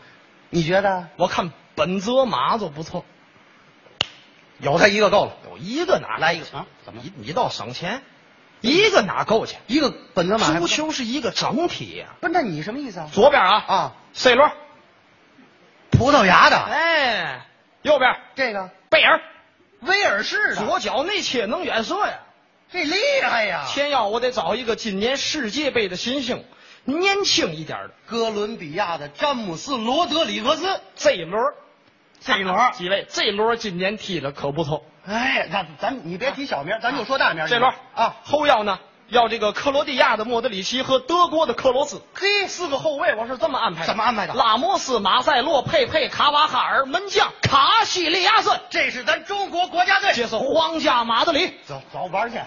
Speaker 4: 你觉得
Speaker 3: 我看本泽马就不错，
Speaker 4: 有他一个够了？
Speaker 3: 有一个哪
Speaker 4: 来一个啊怎么
Speaker 3: 你你倒省钱，一个哪够去？
Speaker 4: 一个本泽马还不
Speaker 3: 足球是一个整体呀、
Speaker 4: 不是？那你什么意思啊？
Speaker 3: 左边啊
Speaker 4: 啊
Speaker 3: ，C 罗，
Speaker 4: 葡萄牙的，
Speaker 3: 哎，右边
Speaker 4: 这个
Speaker 3: 贝尔，
Speaker 4: 威尔士的，
Speaker 3: 左脚内切能远射呀。
Speaker 4: 这厉害呀！
Speaker 3: 天要我得找一个今年世界杯的新星，年轻一点儿的。
Speaker 4: 哥伦比亚的詹姆斯·罗德里格斯，
Speaker 3: 这一轮 儿，
Speaker 4: 这一轮儿
Speaker 3: 几位，这一轮儿今年踢的可不错。
Speaker 4: 哎，咱咱你别提小
Speaker 5: 啊
Speaker 4: 名，咱就说大名。
Speaker 3: 这轮儿
Speaker 4: 啊，
Speaker 3: 后腰呢要这个克罗地亚的莫德里奇和德国的克罗斯。
Speaker 4: 嘿，
Speaker 3: 四个后卫我是这么安排的，
Speaker 4: 怎么安排的
Speaker 3: 拉莫斯、马塞洛、佩佩、卡瓦哈尔，门将卡西利亚森，
Speaker 4: 这是咱中国国家队。
Speaker 3: 这是皇家马德里。
Speaker 4: 走走玩去。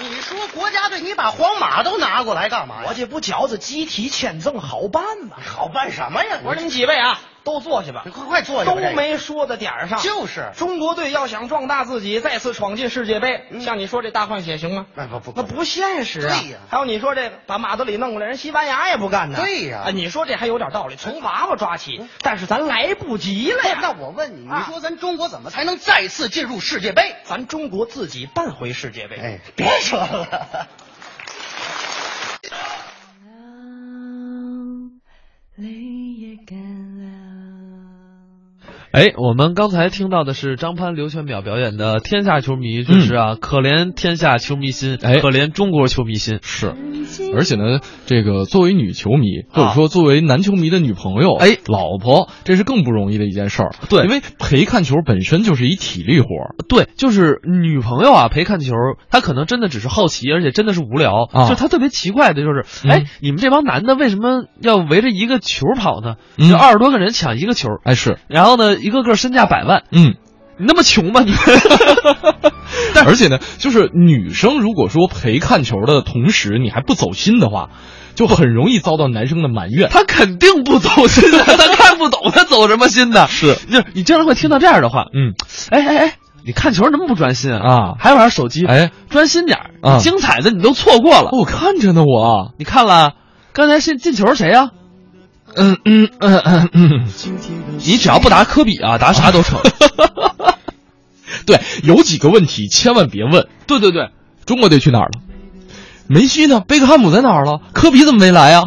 Speaker 4: 你说国家队，你把皇马都拿过来干嘛呀？
Speaker 3: 我这不觉着集体签证好办吗？
Speaker 4: 好办什么呀？
Speaker 3: 我说你们几位啊，都坐下吧
Speaker 4: 你，快快坐下吧
Speaker 3: 都没说到点儿上。
Speaker 4: 就是
Speaker 3: 中国队要想壮大自己，再次闯进世界杯，
Speaker 4: 嗯
Speaker 3: 像你说这大换血行吗？
Speaker 4: 哎不不
Speaker 3: 那不现实啊！
Speaker 4: 对呀
Speaker 3: 还有你说这个把马德里弄过来，人西班牙也不干呢。
Speaker 4: 对呀嗯
Speaker 3: 啊你说这还有点道理，从娃娃抓起，但是咱来不及了呀。
Speaker 4: 那我问你，
Speaker 3: 啊
Speaker 4: 你说咱中国怎么才能再次进入世界杯？
Speaker 3: 咱中国自己办回世界杯。
Speaker 4: 哎，别说了。
Speaker 6: 泪也干了。
Speaker 2: 哎，我们刚才听到的是张潘刘全淼表演的《天下球迷》，就是啊，可怜天下球迷心，
Speaker 1: 嗯哎
Speaker 2: 可怜中国球迷心。
Speaker 1: 是，而且呢，这个作为女球迷，或
Speaker 2: 啊
Speaker 1: 者说作为男球迷的女朋友，哎，老婆，这是更不容易的一件事儿。
Speaker 2: 对
Speaker 1: 因为陪看球本身就是一体力活儿。
Speaker 2: 对，就是女朋友啊，陪看球，她可能真的只是好奇，而且真的是无聊。
Speaker 1: 啊
Speaker 2: 就她特别奇怪的就是，
Speaker 1: 嗯
Speaker 2: 哎，你们这帮男的为什么要围着一个球跑呢？
Speaker 1: 嗯
Speaker 2: 就二十多个人抢一个球，
Speaker 1: 哎，是，
Speaker 2: 然后呢，一个个身价百万，
Speaker 1: 嗯。
Speaker 2: 你那么穷吗？你？
Speaker 1: 而且呢，就是女生如果说陪看球的同时你还不走心的话，就很容易遭到男生的埋 怨。
Speaker 2: 他肯定不走心 的，他看不懂，他走什么心呢？
Speaker 1: 是
Speaker 2: 你你经常会听到这样的话，
Speaker 1: 嗯
Speaker 2: 哎哎哎，你看球那么不专心
Speaker 1: 啊
Speaker 2: 还玩手机？
Speaker 1: 哎，
Speaker 2: 专心点儿，
Speaker 1: 啊
Speaker 2: 精彩的你都错过了。
Speaker 1: 我看着呢，我，
Speaker 2: 你看了，刚才进进球是谁啊呀、
Speaker 1: 嗯嗯嗯嗯嗯，
Speaker 2: 你只要不答科比啊，答啥都成。
Speaker 1: 对，有几个问题千万别问。
Speaker 2: 对对对，
Speaker 1: 中国队去哪儿了？梅西呢？贝克汉姆在哪儿了？科比怎么没 来啊？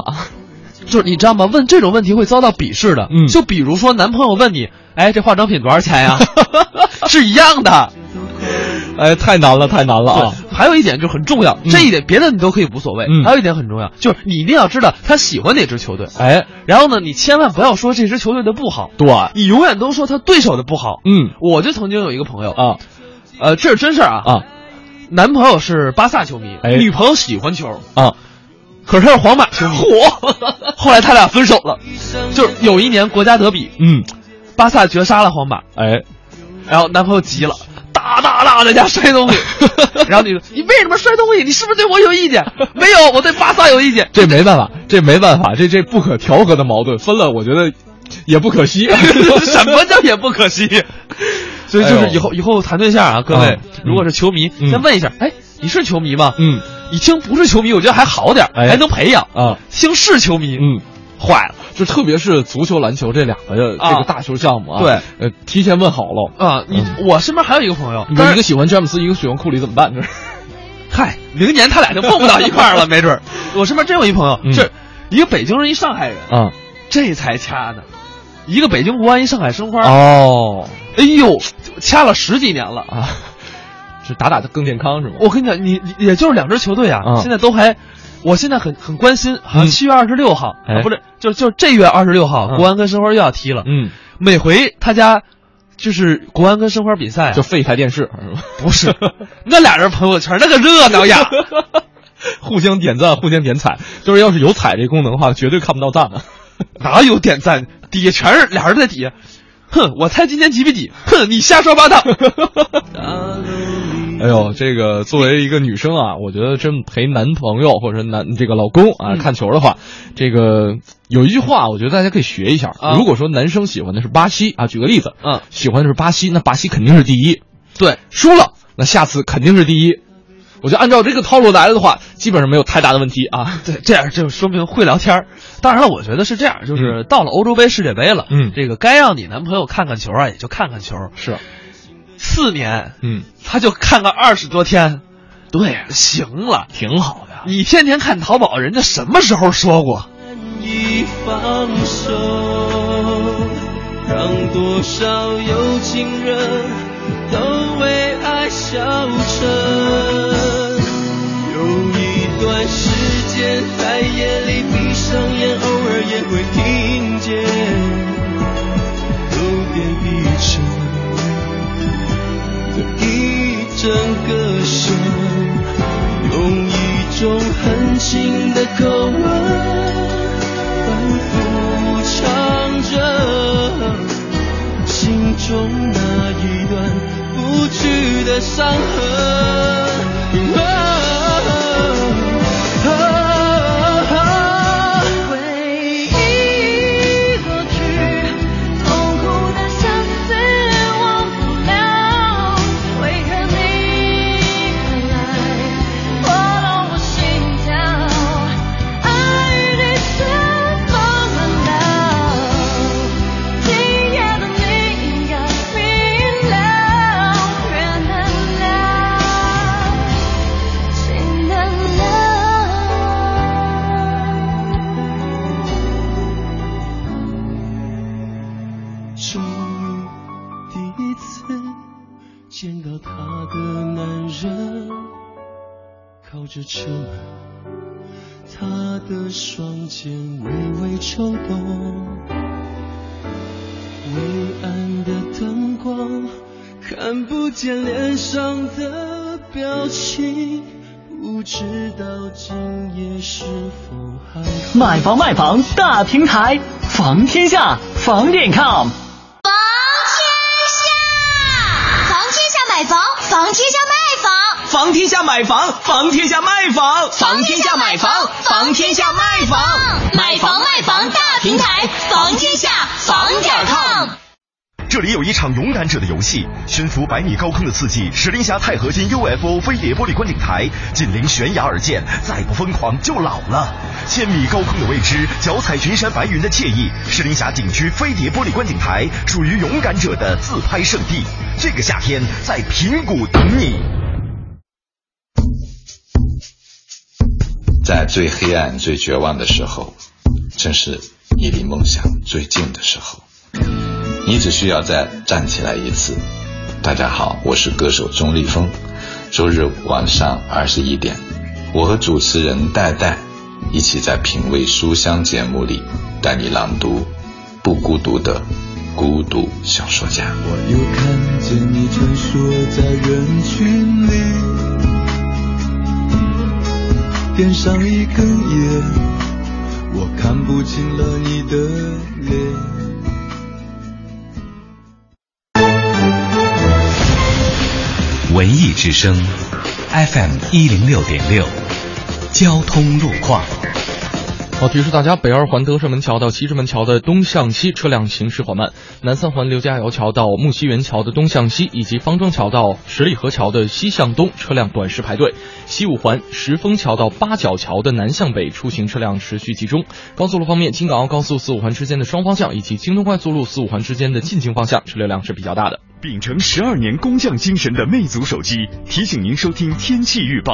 Speaker 2: 就是你知道吗？问这种问题会遭到鄙视的。
Speaker 1: 嗯
Speaker 2: 就比如说男朋友问你，哎，这化妆品多少 钱呀？是一样的。
Speaker 1: 哎，太难了，太难了啊！
Speaker 2: 对还有一点就很重要，这一点别的你都可以无所谓，
Speaker 1: 嗯
Speaker 2: 还有一点很重要，就是你一定要知道他喜欢哪支球队，
Speaker 1: 哎，
Speaker 2: 然后呢，你千万不要说这支球队的不好，
Speaker 1: 对，
Speaker 2: 你永远都说他对手的不好。
Speaker 1: 嗯
Speaker 2: 我就曾经有一个朋友，
Speaker 1: 啊
Speaker 2: 呃，这是真事儿啊，
Speaker 1: 啊
Speaker 2: 男朋友是巴萨球迷，
Speaker 1: 哎
Speaker 2: 女朋友喜欢球，
Speaker 1: 啊，
Speaker 2: 可是他是皇马球迷。嚯！ 后来他俩分手了，就是有一年国家德比，
Speaker 1: 嗯，
Speaker 2: 巴萨绝杀了皇马，
Speaker 1: 哎，
Speaker 2: 然后男朋友急了，大大大在家 摔东西，然后你说你为什么摔东西？你是不是对我有意见？ 没有，我对巴萨有意见。
Speaker 1: 这没办法，这没办法，这这不可调和的矛盾，分了我觉得也不可惜。
Speaker 2: 什么叫也不可惜？ 所以就
Speaker 1: 哎呦
Speaker 2: 是以后以后谈对象啊，各
Speaker 1: 啊
Speaker 2: 位
Speaker 1: 嗯，
Speaker 2: 如果是球迷，
Speaker 1: 嗯
Speaker 2: 先问一下，哎，你是球迷吗？
Speaker 1: 嗯
Speaker 2: 你听不是球迷，我觉得还好点儿，
Speaker 1: 哎
Speaker 2: 还能培养。
Speaker 1: 啊
Speaker 2: 听是球迷，
Speaker 1: 嗯，
Speaker 2: 坏了
Speaker 1: 就特别是足球、篮球这两个
Speaker 2: 啊
Speaker 1: 这个大球项目啊，
Speaker 2: 对，
Speaker 1: 呃，提前问好喽。
Speaker 2: 啊！你我身边还有一个朋友，
Speaker 1: 你嗯说
Speaker 2: 但
Speaker 1: 一
Speaker 2: 是
Speaker 1: 个喜欢詹姆斯，一个喜欢库里，怎么办？这是
Speaker 2: 嗨，明年他俩就碰不到一块 儿了，没准儿。我身边真有一朋友，
Speaker 1: 嗯
Speaker 2: 是一个北京人，一上海人，
Speaker 1: 啊
Speaker 2: 这才掐呢。一个北京国安，一上海申花，
Speaker 1: 哦
Speaker 2: 哎呦，掐了十几年了啊！
Speaker 1: 啊，是打打更健康是吗？
Speaker 2: 我跟你讲，你你也就是两支球队啊，
Speaker 1: 嗯
Speaker 2: 现在都还，我现在很很关心，好像
Speaker 1: 嗯
Speaker 2: 七月二十六号，
Speaker 1: 哎
Speaker 2: 啊不是，就就这月二十六号，
Speaker 1: 嗯
Speaker 2: 国安跟申花又要踢了。
Speaker 1: 嗯，
Speaker 2: 每回他家就是国安跟申花比赛啊、
Speaker 1: 就废一台电视是吗？
Speaker 2: 不是那俩人朋友圈那个热闹呀，
Speaker 1: 互相点赞，互相点彩，就是要是有彩这功能的话，绝对看不到赞的。啊
Speaker 2: 哪有点赞？底下全是俩人在底下，哼，我猜今天几比几？哼，你瞎说八道。
Speaker 1: 哎呦，这个作为一个女生啊，我觉得真陪男朋友或者男这个老公啊、看球的话，这个有一句话，我觉得大家可以学一下。
Speaker 2: 啊
Speaker 1: 如果说男生喜欢的是巴西啊，举个例子，
Speaker 2: 嗯
Speaker 1: 喜欢的是巴西，那巴西肯定是第一，
Speaker 2: 对，
Speaker 1: 输了那下次肯定是第一。我觉得按照这个套路来的话，基本上没有太大的问题啊。
Speaker 2: 对，这样就说明会聊天儿。当然了，我觉得是这样，就是到了欧洲杯、世界杯了，
Speaker 1: 嗯
Speaker 2: 这个该让你男朋友看看球啊，也就看看球。
Speaker 1: 是，
Speaker 2: 四年，
Speaker 1: 嗯，
Speaker 2: 他就看个二十多天，对，行了，挺好的。你天天看淘宝，人家什么时候说过？
Speaker 7: 已放手，让多少有情人都为爱消沉。有一段时间在夜里闭上眼，偶尔也会听见，有点疲倦的一整个身。用一种很轻的口吻，反复唱着心中那一段不去的伤痕。哦哦哦
Speaker 6: 回忆过去，痛苦的相思忘不了，为何你还来拨动我心跳？爱你是否难了？今夜的你应该明了，缘难了，情难了。
Speaker 7: 终于第一次见到他的男人，靠着车门，他的双肩微微抽动，微暗的灯光看不见脸上的表情，不知道今夜是否还好。
Speaker 5: 买房卖房大平台，房天下，房点 com。
Speaker 8: 房天下，房天下买房，房天下卖房，
Speaker 5: 房天下买房，房天下卖房，房天下买房，房天下卖房，
Speaker 8: 买房卖房大平台，房天下，房点 com。
Speaker 9: 这里有一场勇敢者的游戏，悬浮百米高空的刺激，石林峡钛合金 UFO 飞碟玻璃观景台，紧邻悬崖而建，再不疯狂就老了。千米高空的未知，脚踩群山白云的惬意，石林峡景区飞碟玻璃观景台属于勇敢者的自拍圣地。这个夏天在平谷等你。
Speaker 10: 在最黑暗、最绝望的时候，正是你离梦想最近的时候。你只需要再站起来一次。大家好，我是歌手钟立风。周日晚上二十一点，我和主持人戴戴一起在《品味书香》节目里带你朗读不孤独的孤独小说家。
Speaker 7: 又看见你穿梭在人群里，点上一根烟，我看不清了你的脸。
Speaker 11: 文艺之声，FM 一零六点六，交通路况。
Speaker 1: 好，提示大家，北二环德胜门桥到西直门桥的东向西车辆行驶缓慢；南三环刘家窑桥到木樨园桥的东向西，以及方庄桥到十里河桥的西向东车辆短时排队；西五环石峰桥到八角桥的南向北出行车辆持续集中。高速路方面，京港澳高速四五环之间的双方向，以及京东快速路四五环之间的进京方向车流量是比较大的。
Speaker 9: 秉承十二年工匠精神的魅族手机提醒您收听天气预报。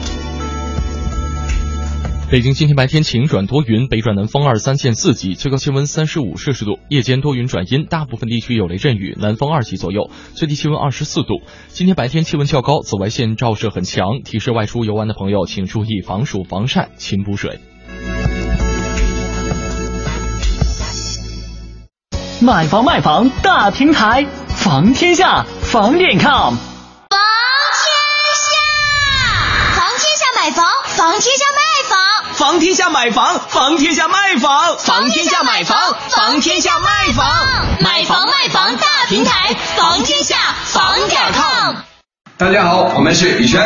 Speaker 1: 北京今天白天晴转多云，北转南风二三线四级，最高气温三十五摄氏度，夜间多云转阴，大部分地区有雷阵雨，南风二级左右，最低气温二十四度。今天白天气温较高，紫外线照射很强，提示外出游玩的朋友请注意防暑防晒，勤补水。
Speaker 5: 买房卖房大平台，房天下，房点 com。
Speaker 8: 房天下买房，房天下卖房。
Speaker 5: 房天下买房，房天下卖房，房天下买房，房天下卖房，
Speaker 8: 买房卖房大平台，房天下房点 com。
Speaker 12: 大家好，我们是宇轩，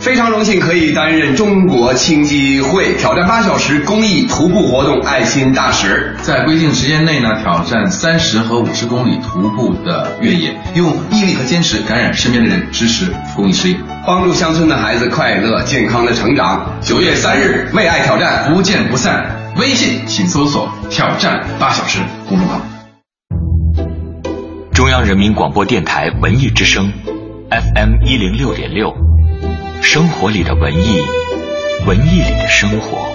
Speaker 12: 非常荣幸可以担任中国青基会挑战八小时公益徒步活动爱心大使。
Speaker 13: 在规定时间内呢，挑战三十和五十公里徒步的越野，用毅力和坚持感染身边的人，支持公益事业。
Speaker 12: 帮助乡村的孩子快乐健康的成长。九月三日，为爱挑战，不见不散。微信请搜索“挑战八小时”公众号。
Speaker 11: 中央人民广播电台文艺之声，FM 一零六点六，生活里的文艺，文艺里的生活。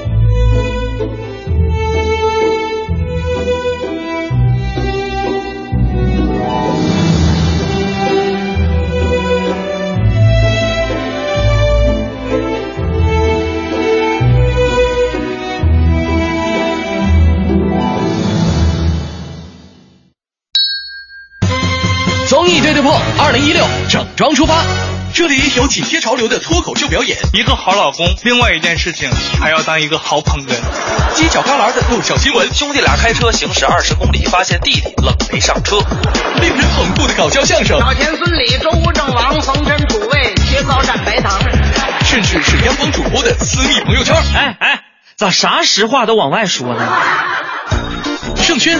Speaker 14: 综艺对对碰，二零一六整装出发。这里有紧贴潮流的脱口秀表演，一个好老公，另外一件事情还要当一个好捧哏。犄角旮旯的爆笑新闻，兄弟俩开车行驶二十公里，发现弟弟冷没上车。令人捧腹的搞笑相声，
Speaker 3: 小田孙李周吴郑王冯陈楚卫薛高占白糖。
Speaker 14: 甚至是央广主播的私密朋友圈。哎哎，咋啥实话都往外说呢？盛轩，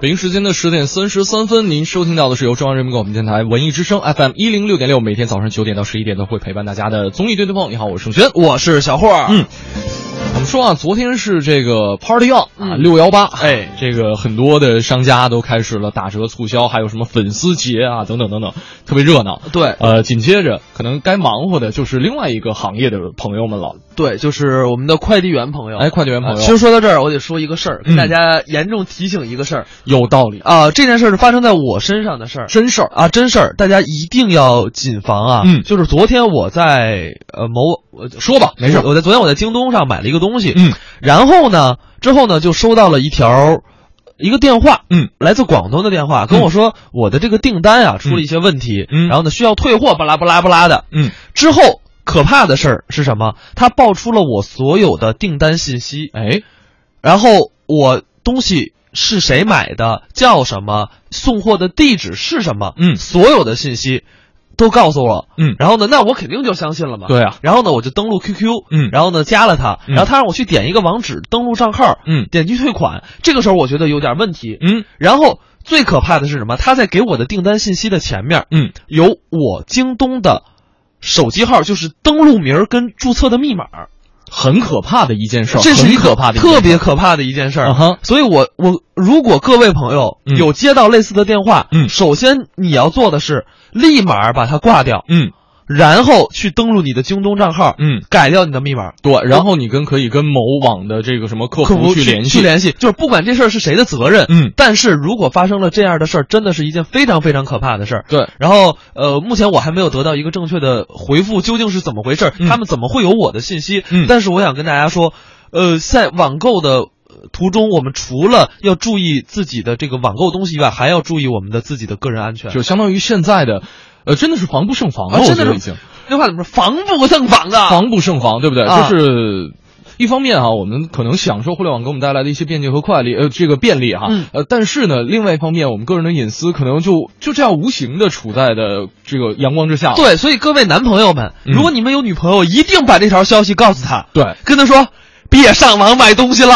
Speaker 1: 北京时间的十点三十三分，您收听到的是由中央人民广播电台文艺之声 FM 一零六点六，每天早上九点到十一点都会陪伴大家的综艺对对碰。你好，我是盛轩，我是小霍。嗯，我们说啊，昨天是这个 Party On 啊，六幺八，哎，这个很多的商家都开始了打折促销，还有什么粉丝节啊，等等等等，特别热闹。
Speaker 2: 对，
Speaker 1: 呃，紧接着可能该忙活的就是另外一个行业的朋友们了。
Speaker 2: 对，就是我们的快递员朋友。
Speaker 1: 哎，快递员朋友
Speaker 2: 啊其实说到这儿，我得说一个事儿，
Speaker 1: 嗯
Speaker 2: 跟大家严重提醒一个事儿
Speaker 1: 有道理，
Speaker 2: 啊、这件事儿是发生在我身上的事儿，
Speaker 1: 嗯真事儿
Speaker 2: 啊，真事儿，大家一定要谨防啊。
Speaker 1: 嗯
Speaker 2: 就是昨天我在呃某，我
Speaker 1: 说吧没事儿
Speaker 2: 我在昨天我在京东上买了一个东西，
Speaker 1: 嗯，
Speaker 2: 然后呢，之后呢就收到了一条。一个电话，
Speaker 1: 嗯，
Speaker 2: 来自广东的电话，跟我说我的这个订单啊出了一些问题，
Speaker 1: 嗯
Speaker 2: 然后呢需要退货，巴拉巴拉巴拉的，
Speaker 1: 嗯，
Speaker 2: 之后可怕的事儿是什么？他爆出了我所有的订单信息，
Speaker 1: 哎，
Speaker 2: 然后我东西是谁买的，叫什么，送货的地址是什么，
Speaker 1: 嗯，
Speaker 2: 所有的信息都告诉我，
Speaker 1: 嗯，
Speaker 2: 然后呢，那我肯定就相信了嘛，
Speaker 1: 对啊
Speaker 2: 然后呢，我就登录 QQ，
Speaker 1: 嗯
Speaker 2: 然后呢加了他，
Speaker 1: 嗯
Speaker 2: 然后他让我去点一个网址登录账号，
Speaker 1: 嗯，
Speaker 2: 点击退款，这个时候我觉得有点问题，
Speaker 1: 嗯，
Speaker 2: 然后。最可怕的是什么？他在给我的订单信息的前面，
Speaker 1: 嗯，
Speaker 2: 有我京东的手机号，就是登录名儿跟注册的密码。
Speaker 1: 很可怕的一件事儿，
Speaker 2: 这是
Speaker 1: 很
Speaker 2: 一个
Speaker 1: 可怕的一件事儿，
Speaker 2: 特别可怕的一件事儿。
Speaker 1: 啊哈
Speaker 2: 所以我我如果各位朋友
Speaker 1: 嗯
Speaker 2: 有接到类似的电话，
Speaker 1: 嗯
Speaker 2: 首先你要做的是立马把它挂掉，
Speaker 1: 嗯，
Speaker 2: 然后去登录你的京东账号，
Speaker 1: 嗯，
Speaker 2: 改掉你的密码。
Speaker 1: 对，然后你跟可以跟某网的这个什么客
Speaker 2: 客服
Speaker 1: 去联系，
Speaker 2: 去联系，就是不管这事儿是谁的责任，
Speaker 1: 嗯，
Speaker 2: 但是如果发生了这样的事儿，真的是一件非常非常可怕的事儿。
Speaker 1: 对，
Speaker 2: 然后呃，目前我还没有得到一个正确的回复，究竟是怎么回事儿？他们怎么会有我的信息？
Speaker 1: 嗯
Speaker 2: 但是我想跟大家说，呃，在网购的。呃途中，我们除了要注意自己的这个网购东西以外，还要注意我们的自己的个人安全。
Speaker 1: 就相当于现在的，呃，真的是防不胜防了，
Speaker 2: 啊，
Speaker 1: 我
Speaker 2: 真
Speaker 1: 觉
Speaker 2: 的
Speaker 1: 得已
Speaker 2: 是
Speaker 1: 经。
Speaker 2: 那话怎么说？防不胜防啊！
Speaker 1: 防不胜防，对不对？
Speaker 2: 啊
Speaker 1: 就是。一方面啊，我们可能享受互联网给我们带来的一些便捷和快利，呃，这个便利哈，
Speaker 2: 嗯
Speaker 1: 呃，但是呢，另外一方面，我们个人的隐私可能就就这样无形的处在的这个阳光之下。，
Speaker 2: 对，所以各位男朋友们，
Speaker 1: 嗯
Speaker 2: 如果你们有女朋友，一定把这条消息告诉她，
Speaker 1: 对，
Speaker 2: 跟她说别上网买东西了。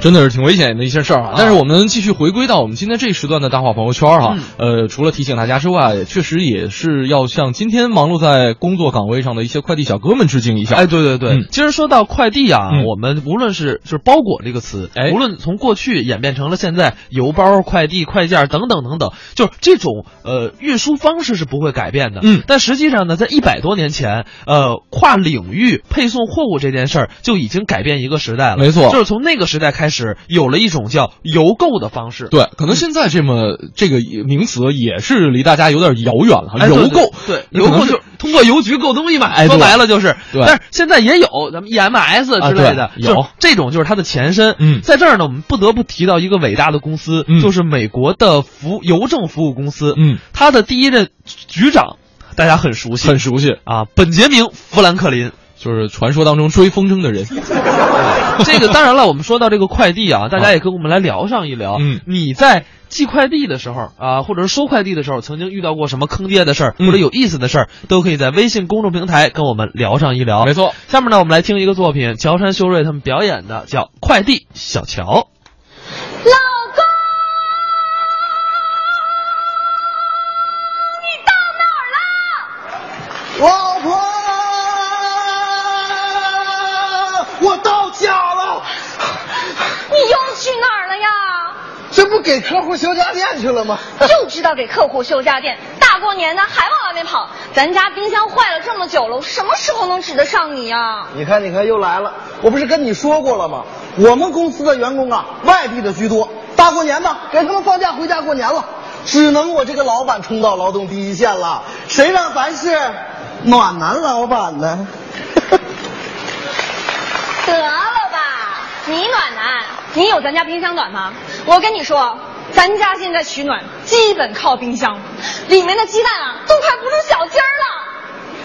Speaker 1: 真的是挺危险的一些事儿啊。但是我们继续回归到我们今天这一时段的大话朋友圈哈、呃，除了提醒大家之外，确实也是要向今天忙碌在工作岗位上的一些快递小哥们致敬一下。
Speaker 2: 哎，对对对，
Speaker 1: 嗯
Speaker 2: 其实说到快递啊，
Speaker 1: 嗯
Speaker 2: 我们无论是就是包裹这个词，
Speaker 1: 哎
Speaker 2: 无论从过去演变成了现在邮包、快递、快件等等等等，就是这种呃运输方式是不会改变的。
Speaker 1: 嗯
Speaker 2: 但实际上呢，在一百多年前，呃，跨领域配送货物这件事儿就已经改变一个时代了。
Speaker 1: 没错
Speaker 2: 就是从那个时代开始，有了一种叫邮购的方式。
Speaker 1: 对，可能现在这么、这个名词也是离大家有点遥远了。
Speaker 2: 哎对
Speaker 1: 邮购，
Speaker 2: 对
Speaker 1: 那
Speaker 2: 邮
Speaker 1: 可能
Speaker 2: 购
Speaker 1: 是
Speaker 2: 就是通过邮局购东西
Speaker 1: 哎
Speaker 2: 买，
Speaker 1: 对
Speaker 2: 说白了就是。
Speaker 1: 对
Speaker 2: 但是现在也有咱们 EMS 之类的
Speaker 1: 啊，对有
Speaker 2: 就是这种就是它的前身。
Speaker 1: 嗯
Speaker 2: 在这儿呢，我们不得不提到一个伟大的公司
Speaker 1: 嗯，
Speaker 2: 就是美国的服邮政服务公司。
Speaker 1: 嗯，
Speaker 2: 它的第一任局长大家很熟悉，
Speaker 1: 很熟悉，
Speaker 2: 啊，本杰明·富兰克林。
Speaker 1: 就是传说当中追风筝的人。
Speaker 2: 这个当然了，我们说到这个快递啊，大家也跟我们来聊上一聊。
Speaker 1: 嗯
Speaker 2: 你在寄快递的时候啊，或者是收快递的时候，曾经遇到过什么坑爹的事儿，
Speaker 1: 嗯
Speaker 2: 或者有意思的事儿，都可以在微信公众平台跟我们聊上一聊。
Speaker 1: 没错，
Speaker 2: 下面呢，我们来听一个作品，乔杉、修睿他们表演的，叫《快递小乔》。
Speaker 6: 老公，你到哪儿了？
Speaker 4: 老婆，我到家了，
Speaker 6: 你又去哪儿了呀？
Speaker 4: 这不给客户修家电去了吗？
Speaker 6: 就知道给客户修家电，大过年的还往外面跑。咱家冰箱坏了这么久了，我什么时候能指得上你呀？
Speaker 4: 你看，你看，又来了！我不是跟你说过了吗？我们公司的员工啊，外地的居多。大过年的，给他们放假回家过年了，只能我这个老板冲到劳动第一线了。谁让咱是暖男老板呢？
Speaker 6: 得了吧，你暖男，你有咱家冰箱暖吗？我跟你说，咱家现在取暖基本靠冰箱，里面的鸡蛋啊都快不是小 鸡儿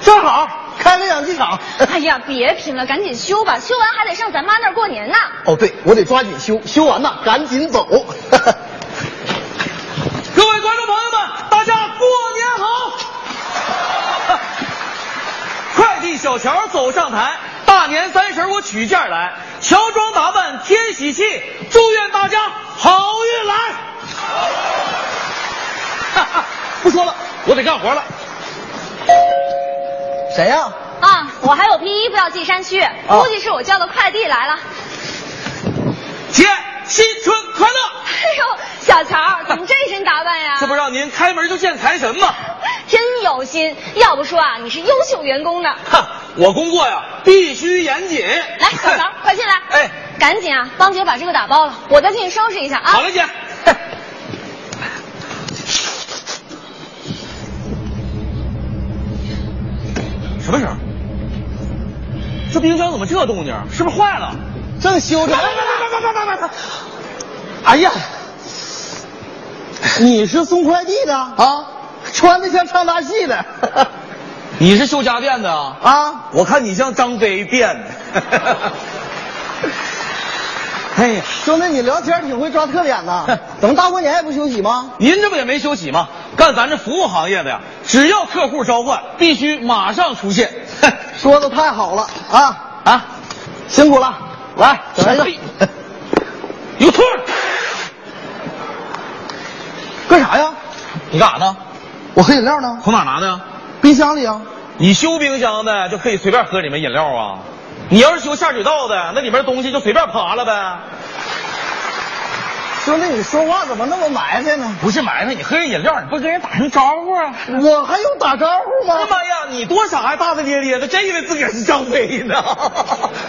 Speaker 4: 正好开了养鸡场。
Speaker 6: 了。哎呀，别拼了，赶紧修吧，修完还得上咱妈那儿过年呢。
Speaker 4: 哦，对，我得抓紧修，修完呐赶 紧走。
Speaker 5: 各位观众朋友们，大家过年好！ 快递小乔走上台，大年三十我取件儿来，乔装打扮添喜气，祝愿大家好运来。 哈哈，
Speaker 4: 不说了，
Speaker 5: 我得干活了。
Speaker 4: 谁呀、
Speaker 6: 啊，我还有批衣服要寄山区，
Speaker 5: 哦
Speaker 6: 估计是我叫的快递来了。
Speaker 5: 姐，新春快乐！
Speaker 6: 哎呦，小乔，怎么这身打扮 呀？
Speaker 5: 这不让您开门就见财神吗？
Speaker 6: 真有心，要不说啊，你是优秀员工呢。
Speaker 5: 哈，我工作呀必须严谨。
Speaker 6: 来，小 乔，快进来。
Speaker 5: 哎，
Speaker 6: 赶紧啊，帮姐把这个打包了，我再进去收拾一下啊。
Speaker 5: 好嘞，姐。什么声儿？这冰箱怎么这动静儿？是不是坏了？
Speaker 4: 正修着。
Speaker 5: 呢。
Speaker 4: 哎呀，你是送快递的啊？穿的像唱大戏的
Speaker 5: 你是修家电的啊？
Speaker 4: 啊？
Speaker 5: 我看你像张飞变的。
Speaker 4: 哎呀，兄弟，你聊天挺会抓特点的。等大过年也不休息吗？
Speaker 3: 您这不也没休息吗？干咱这服务行业的呀，只要客户召唤，必须马上出现。
Speaker 4: 说的太好了啊
Speaker 3: 啊！
Speaker 4: 辛苦了，来，再来一个。
Speaker 3: 有错。
Speaker 4: 干啥呀？
Speaker 3: 你干啥呢？
Speaker 4: 我喝饮料呢。
Speaker 3: 从哪拿的呀？
Speaker 4: 冰箱里啊。
Speaker 3: 你修冰箱的就可以随便喝里面饮料啊？你要是修下水道的，那里面东西就随便爬了呗。
Speaker 4: 兄弟，你说话怎么那么埋汰呢？
Speaker 3: 不是埋汰，你喝人饮料，你不跟人打声招呼啊？
Speaker 4: 我还用打招呼吗？
Speaker 3: 哎呀妈呀，你多傻呀，大大咧咧的，真以为自个儿是张飞呢？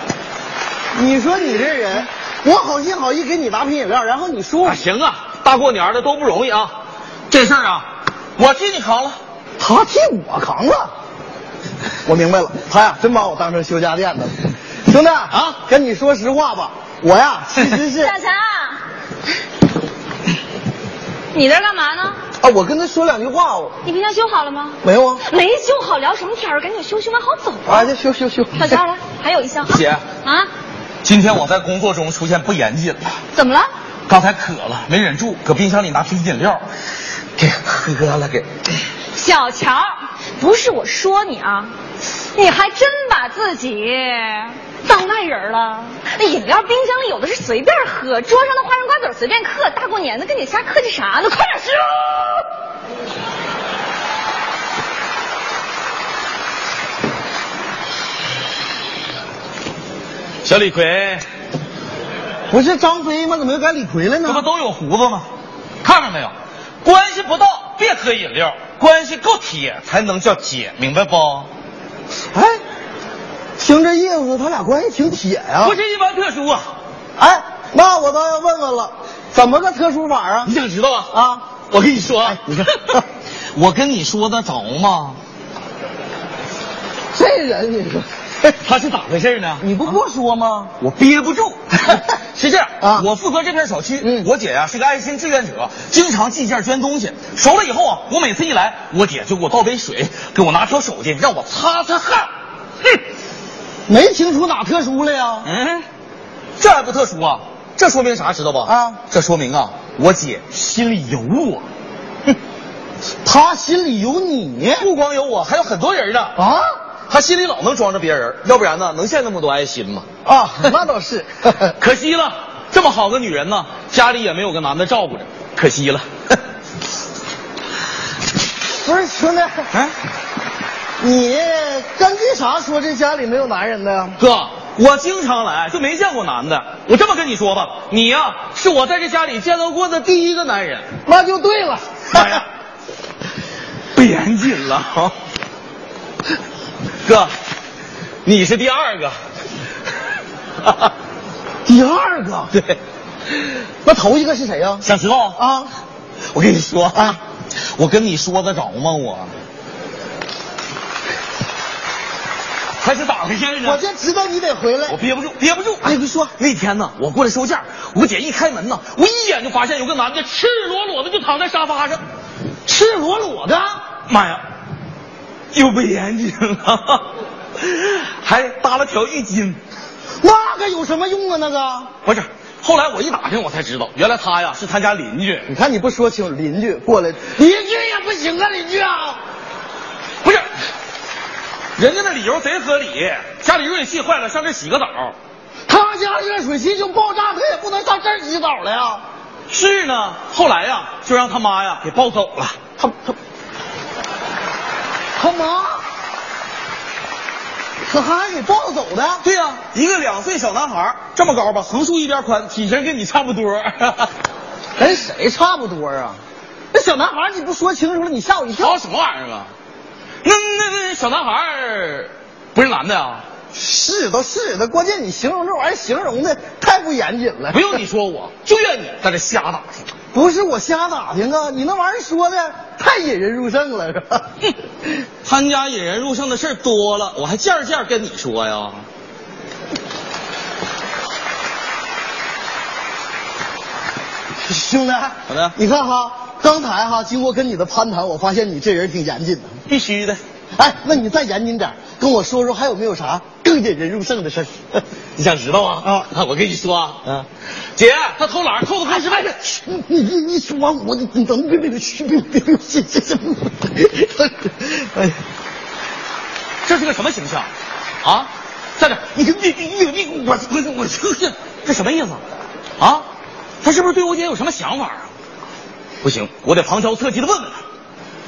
Speaker 4: 你说你这人，我好心好意给你拿瓶饮料，然后你说我、
Speaker 3: 啊行啊，大过年的都不容易啊，这事儿啊，我替你扛了。
Speaker 4: 他替我扛了。我明白了，他呀真把我当成修家电的了。兄弟啊，跟你说实话吧，我呀其实是
Speaker 6: 小强，你在这干嘛呢？
Speaker 4: 啊，我跟他说两句话哦。
Speaker 6: 你冰箱修好了吗？
Speaker 4: 没有啊。
Speaker 6: 没修好，聊什么天儿？赶紧修，修完好走
Speaker 4: 啊，就修修修。
Speaker 6: 小强来，还有一箱啊。
Speaker 3: 姐
Speaker 6: 啊，
Speaker 3: 今天我在工作中出现不严谨了，
Speaker 6: 怎么了？
Speaker 3: 刚才渴了没忍住，搁冰箱里拿瓶饮料给喝了给。
Speaker 6: 小乔，不是我说你啊，你还真把自己当外人了。那饮料冰箱里有的是随便喝，桌上的花生瓜子随便嗑，大过年的跟你瞎客气啥呢？快点修！
Speaker 3: 小李逵，
Speaker 4: 不是张飞吗？怎么又改李逵了呢？
Speaker 3: 这不都有胡子吗？看着没有，关系不到别喝饮料，关系够铁才能叫姐，明白不？
Speaker 4: 哎，听这意思，他俩关系挺铁呀、
Speaker 3: 不是一般特殊啊！
Speaker 4: 哎，那我倒要问问了，怎么个特殊法啊
Speaker 3: 你？想知道啊？
Speaker 4: 啊，
Speaker 3: 我跟你说，啊，
Speaker 4: 你看
Speaker 3: 我跟你说得着吗？
Speaker 4: 这人你说，
Speaker 3: 他是咋回事呢？啊
Speaker 4: 你不不说吗？
Speaker 3: 我憋不 住，是这样
Speaker 4: 啊嗯
Speaker 3: 我负责这片小区，我姐啊呀、是个爱心志愿者，经常寄件捐东西。熟了以后啊，我每次一来，我姐就给我倒杯水，给我拿条手巾让我擦擦汗。哼，
Speaker 4: 没听出哪特殊了呀？
Speaker 3: 嗯，这还不特殊啊？这说明啥知道吧？
Speaker 4: 啊，
Speaker 3: 这说明啊，我姐心里有我，
Speaker 4: 他心里有你
Speaker 3: 不光有我，还有很多人呢。
Speaker 4: 啊
Speaker 3: 她心里老能装着别人，要不然呢，能献那么多爱心吗？
Speaker 4: 啊，那倒 是。
Speaker 3: 可惜了，这么好个女人呢，家里也没有个男的照顾着，可惜 了。
Speaker 4: 不是兄弟，你根据啥说这家里没有男人的呀？
Speaker 3: 哥，我经常来就没见过男的。我这么跟你说吧，你呀、是我在这家里见到过的第一个男人。
Speaker 4: 那就对 了。
Speaker 3: 妈呀，不严谨了啊！哥，你是第二个。
Speaker 4: 第二个，
Speaker 3: 对，
Speaker 4: 那头一个是谁呀、
Speaker 3: 想知道啊？
Speaker 4: 啊，
Speaker 3: 我跟你说
Speaker 4: 啊，
Speaker 3: 我跟你说得着吗？我还是咋回事呢？
Speaker 4: 我就知道你得回来
Speaker 3: 我。憋不住，憋不住。
Speaker 4: 哎你说
Speaker 3: 那天呢，我过来收件儿，我姐一开门呢，我一眼就发现有个男的赤裸裸的就躺在沙发上，赤裸裸的，妈呀，又被眼睛了，还搭了条浴巾。
Speaker 4: 那个有什么用啊？那个，
Speaker 3: 不是，后来我一打听，我才知道，原来他呀是他家邻居。
Speaker 4: 你看你不说清，邻居过来，邻居也不行啊，邻居啊。
Speaker 3: 不是，人家那理由贼合理，家里热水器坏了，上这洗个澡。
Speaker 4: 他家热水器就爆炸，他也不能上这儿洗澡了呀。
Speaker 3: 是呢，后来呀，就让他妈呀给抱走了。
Speaker 4: 他他他妈，可还给抱走的？
Speaker 3: 对呀、一个两岁小男孩，这么高吧，横竖一边宽，体型跟你差不多。
Speaker 4: 跟谁差不多啊？那小男孩你不说清楚了，你吓我一跳
Speaker 3: 吵。什么玩意儿啊？那那那小男孩儿不是男的啊呀？
Speaker 4: 是都是的，关键你形容这玩意儿形容的太不严谨了。
Speaker 3: 不用你，说我，就怨你在这瞎打听。
Speaker 4: 不是我瞎打听啊，你那玩意儿说的太引人入胜了，是吧？
Speaker 3: 他家引人入胜的事儿多了，我还件儿件儿跟你说呀。
Speaker 4: 兄弟，
Speaker 3: 怎么的
Speaker 4: 你看哈，刚才哈，经过跟你的攀谈，我发现你这人挺严谨的。
Speaker 3: 必须的。
Speaker 4: 哎，那你再严谨点儿，跟我说说还有没有啥更引人入胜的事儿？
Speaker 3: 你想知道啊？啊，我跟你说啊，嗯，姐，他偷懒，扣子扣十万的。
Speaker 4: 你哎你你说完我你你等别别别别别 别这这这不，哎呀，
Speaker 3: 这是个什么形象？啊，站着，你你你你你我我我这这这什么意思？啊，他是不是对我姐有什么想法啊？不行，我得旁敲侧击的问问他。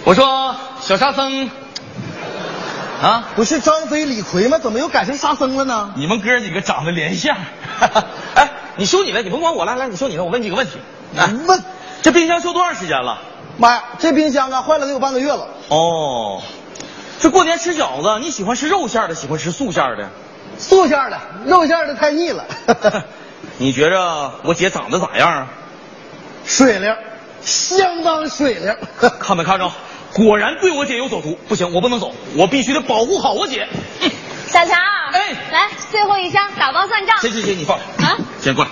Speaker 3: 我说，小沙僧，啊，
Speaker 4: 不是张飞李逵吗？怎么又改成沙僧了呢？
Speaker 3: 你们哥几个长得连相。 哎，你修你的，你甭管我，来来，你修你的，我问你几个问题。来，
Speaker 4: 问，
Speaker 3: 这冰箱修多长时间了？
Speaker 4: 妈呀，这冰箱啊坏了得有半个月了。
Speaker 3: 哦，这过年吃饺子，你喜欢吃肉馅儿的，喜欢吃素馅儿的？
Speaker 4: 素馅儿的，肉馅儿的太腻了。
Speaker 3: 你觉着我姐长得咋样啊？
Speaker 4: 水灵，相当水灵。
Speaker 3: 看没看着？果然对我姐有所图。不行，我不能走，我必须得保护好我姐。
Speaker 6: 小强，哎，来最后一箱打包算账。
Speaker 3: 行行行，你放下，
Speaker 6: 啊？
Speaker 3: 先过来，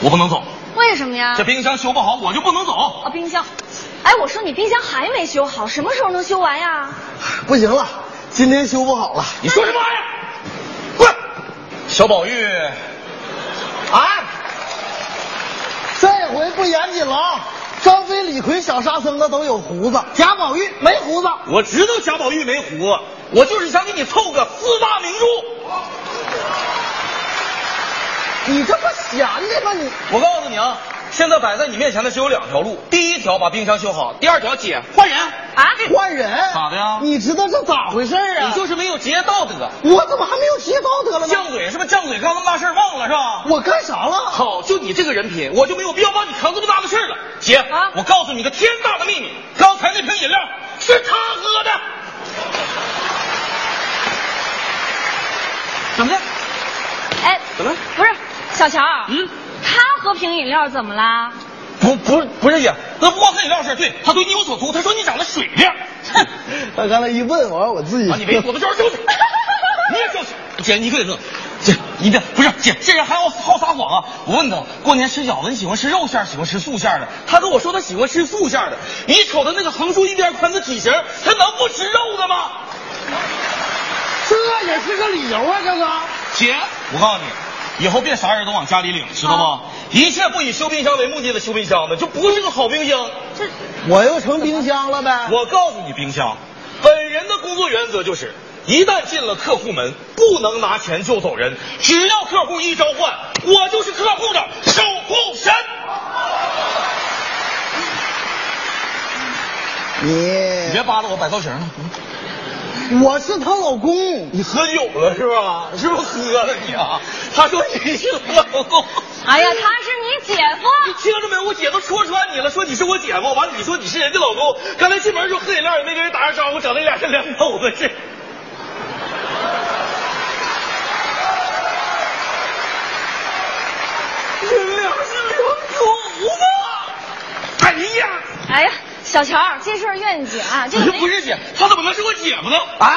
Speaker 3: 我不能走。
Speaker 6: 为什么呀？
Speaker 3: 这冰箱修不好，我就不能走。
Speaker 6: 哦，冰箱。哎，我说你冰箱还没修好，什么时候能修完呀？
Speaker 4: 不行了，今天修不好了。
Speaker 3: 你说什么玩意儿？滚！小宝玉，啊，
Speaker 4: 这回不严谨了啊！张飞、李逵、小沙僧的都有胡子，贾宝玉没胡子。
Speaker 3: 我知道贾宝玉没胡子，我就是想给你凑个四大名著。
Speaker 4: 你这不闲的吗？你
Speaker 3: 我告诉你啊，现在摆在你面前的只有两条路，第一条把冰箱修好，第二条姐换人。
Speaker 6: 啊？
Speaker 4: 换人
Speaker 3: 咋的呀
Speaker 4: 你知道这咋回事啊？
Speaker 3: 你就是没有职业道德，
Speaker 4: 我怎么还没有提高德了呢？
Speaker 3: 犟嘴是不是？犟嘴刚那么大事儿忘了是吧？
Speaker 4: 我干啥了？
Speaker 3: 好，就你这个人品，我就没有必要帮你扛这么大的事儿了。姐啊，我告诉你个天大的秘密，刚才那瓶饮料是他喝的。怎么的？
Speaker 6: 哎，
Speaker 3: 怎么了？
Speaker 6: 不是，小强，嗯，他喝瓶饮料怎么啦？
Speaker 3: 不，不是，不是姐，那不光他饮料事，对他对你有所图。他说你长得水 灵，哼，
Speaker 4: 我刚才一问，我让我自己。
Speaker 3: 啊，你别，我们就是 就是，你也就是，姐，你可得乐。姐，你别不是姐，这人还好好撒谎啊！我问他过年吃饺子，你喜欢吃肉馅儿，喜欢吃素馅儿的？他跟我说他喜欢吃素馅儿的。你瞅他那个横竖一边宽的体型，他能不吃肉的吗？
Speaker 4: 这也是个理由啊，这个。
Speaker 3: 姐，我告诉你，以后别啥人都往家里领，知道吗？一切不以修冰箱为目的的修冰箱的，就不是个好冰箱。
Speaker 6: 这
Speaker 4: 我又成冰箱了呗。
Speaker 3: 我告诉你，冰箱，本人的工作原则就是，一旦进了客户门，不能拿钱就走人，只要客户一召唤，我就是客户的守护神。你别扒拉我摆造型呢，
Speaker 4: 我是她老公。
Speaker 3: 你喝酒了是吧？是不是喝了你啊？他说你是我老公。
Speaker 6: 哎呀，他是你姐
Speaker 3: 你
Speaker 6: 夫。
Speaker 3: 听着没？我姐都戳穿你了，说你是我姐夫，完了你说你是人家老公。刚才进门的时候喝饮料也没跟人打声招呼，整的俩是两口子 似的。你们俩是两口子！哎呀，
Speaker 6: 哎呀，小强，这事儿怨你姐啊，这
Speaker 3: 不是
Speaker 6: 个没
Speaker 3: 哎不是姐，她怎么能是我姐夫呢？啊！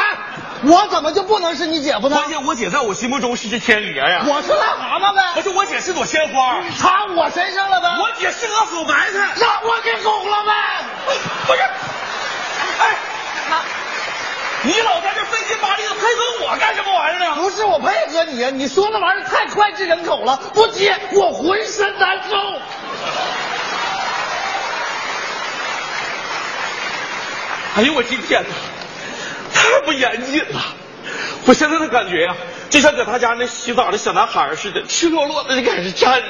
Speaker 4: 我怎么就不能是你姐夫呢？
Speaker 3: 关键我姐在我心目中是只天鹅呀，
Speaker 4: 我是癞蛤蟆
Speaker 3: 不
Speaker 4: 呗，
Speaker 3: 是我姐是朵鲜花，
Speaker 4: 插我身上了呗。
Speaker 3: 我姐是个好白菜，
Speaker 4: 让我给拱了呗。
Speaker 3: 不是，哎，你老在这费劲巴力的配合我干什么玩意儿呢？
Speaker 4: 不是我配合你，啊你说那玩意儿太脍炙人口了，不接我浑身难受。
Speaker 3: 哎呦我今天呐，太不严谨了！我现在的感觉呀、就像搁他家那洗澡的小男孩似的，赤裸裸的就开始站着。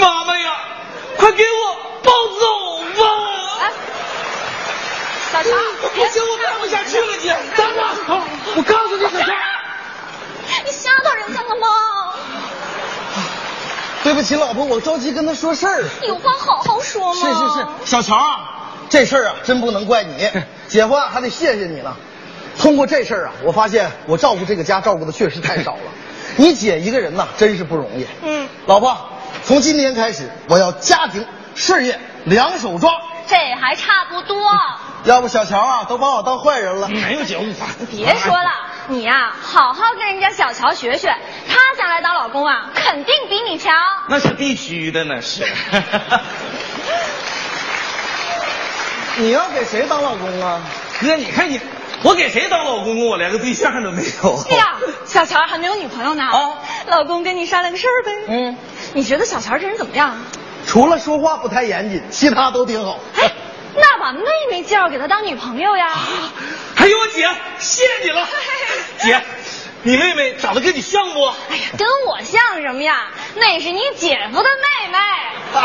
Speaker 3: 妈妈呀，快给我抱走吧！哎
Speaker 6: 小强，
Speaker 3: 不行，我干不下去了，姐，等等，
Speaker 4: 我告诉你，小强，
Speaker 6: 你吓到人家了吗？
Speaker 4: 对不起，老婆，我着急跟他说事儿。啊
Speaker 6: 有话好好说嘛。
Speaker 4: 是是是，
Speaker 3: 小乔啊。
Speaker 4: 这事儿啊，真不能怪你，姐夫啊还得谢谢你呢。通过这事儿啊，我发现我照顾这个家照顾的确实太少了。你姐一个人呐、真是不容易。
Speaker 6: 嗯，
Speaker 4: 老婆，从今天开始，我要家庭事业两手抓。
Speaker 6: 这还差不多。
Speaker 4: 要不小乔啊，都把我当坏人了。
Speaker 3: 没有姐夫，
Speaker 6: 别说了，你呀、好好跟人家小乔学学，他将来当老公啊，肯定比你强。
Speaker 3: 那是必须的，那 是。
Speaker 4: 你要给谁当老公啊？
Speaker 6: 啊
Speaker 3: 哥，你看你，我给谁当老公公？啊我连个对象都没有。哦
Speaker 6: 哎 呀，小乔还没有女朋友呢。啊，老公跟你商量个事儿呗。嗯，你觉得小乔这人怎么样？啊
Speaker 15: 除了说话不太严谨，其他都挺好。
Speaker 3: 呃
Speaker 6: 哎那把妹妹介绍给他当女朋友呀。
Speaker 3: 哎呦，姐，谢谢你了，姐，你妹妹长得跟你像不？哎呀，
Speaker 6: 跟我像什么呀？那是你姐夫的妹妹。他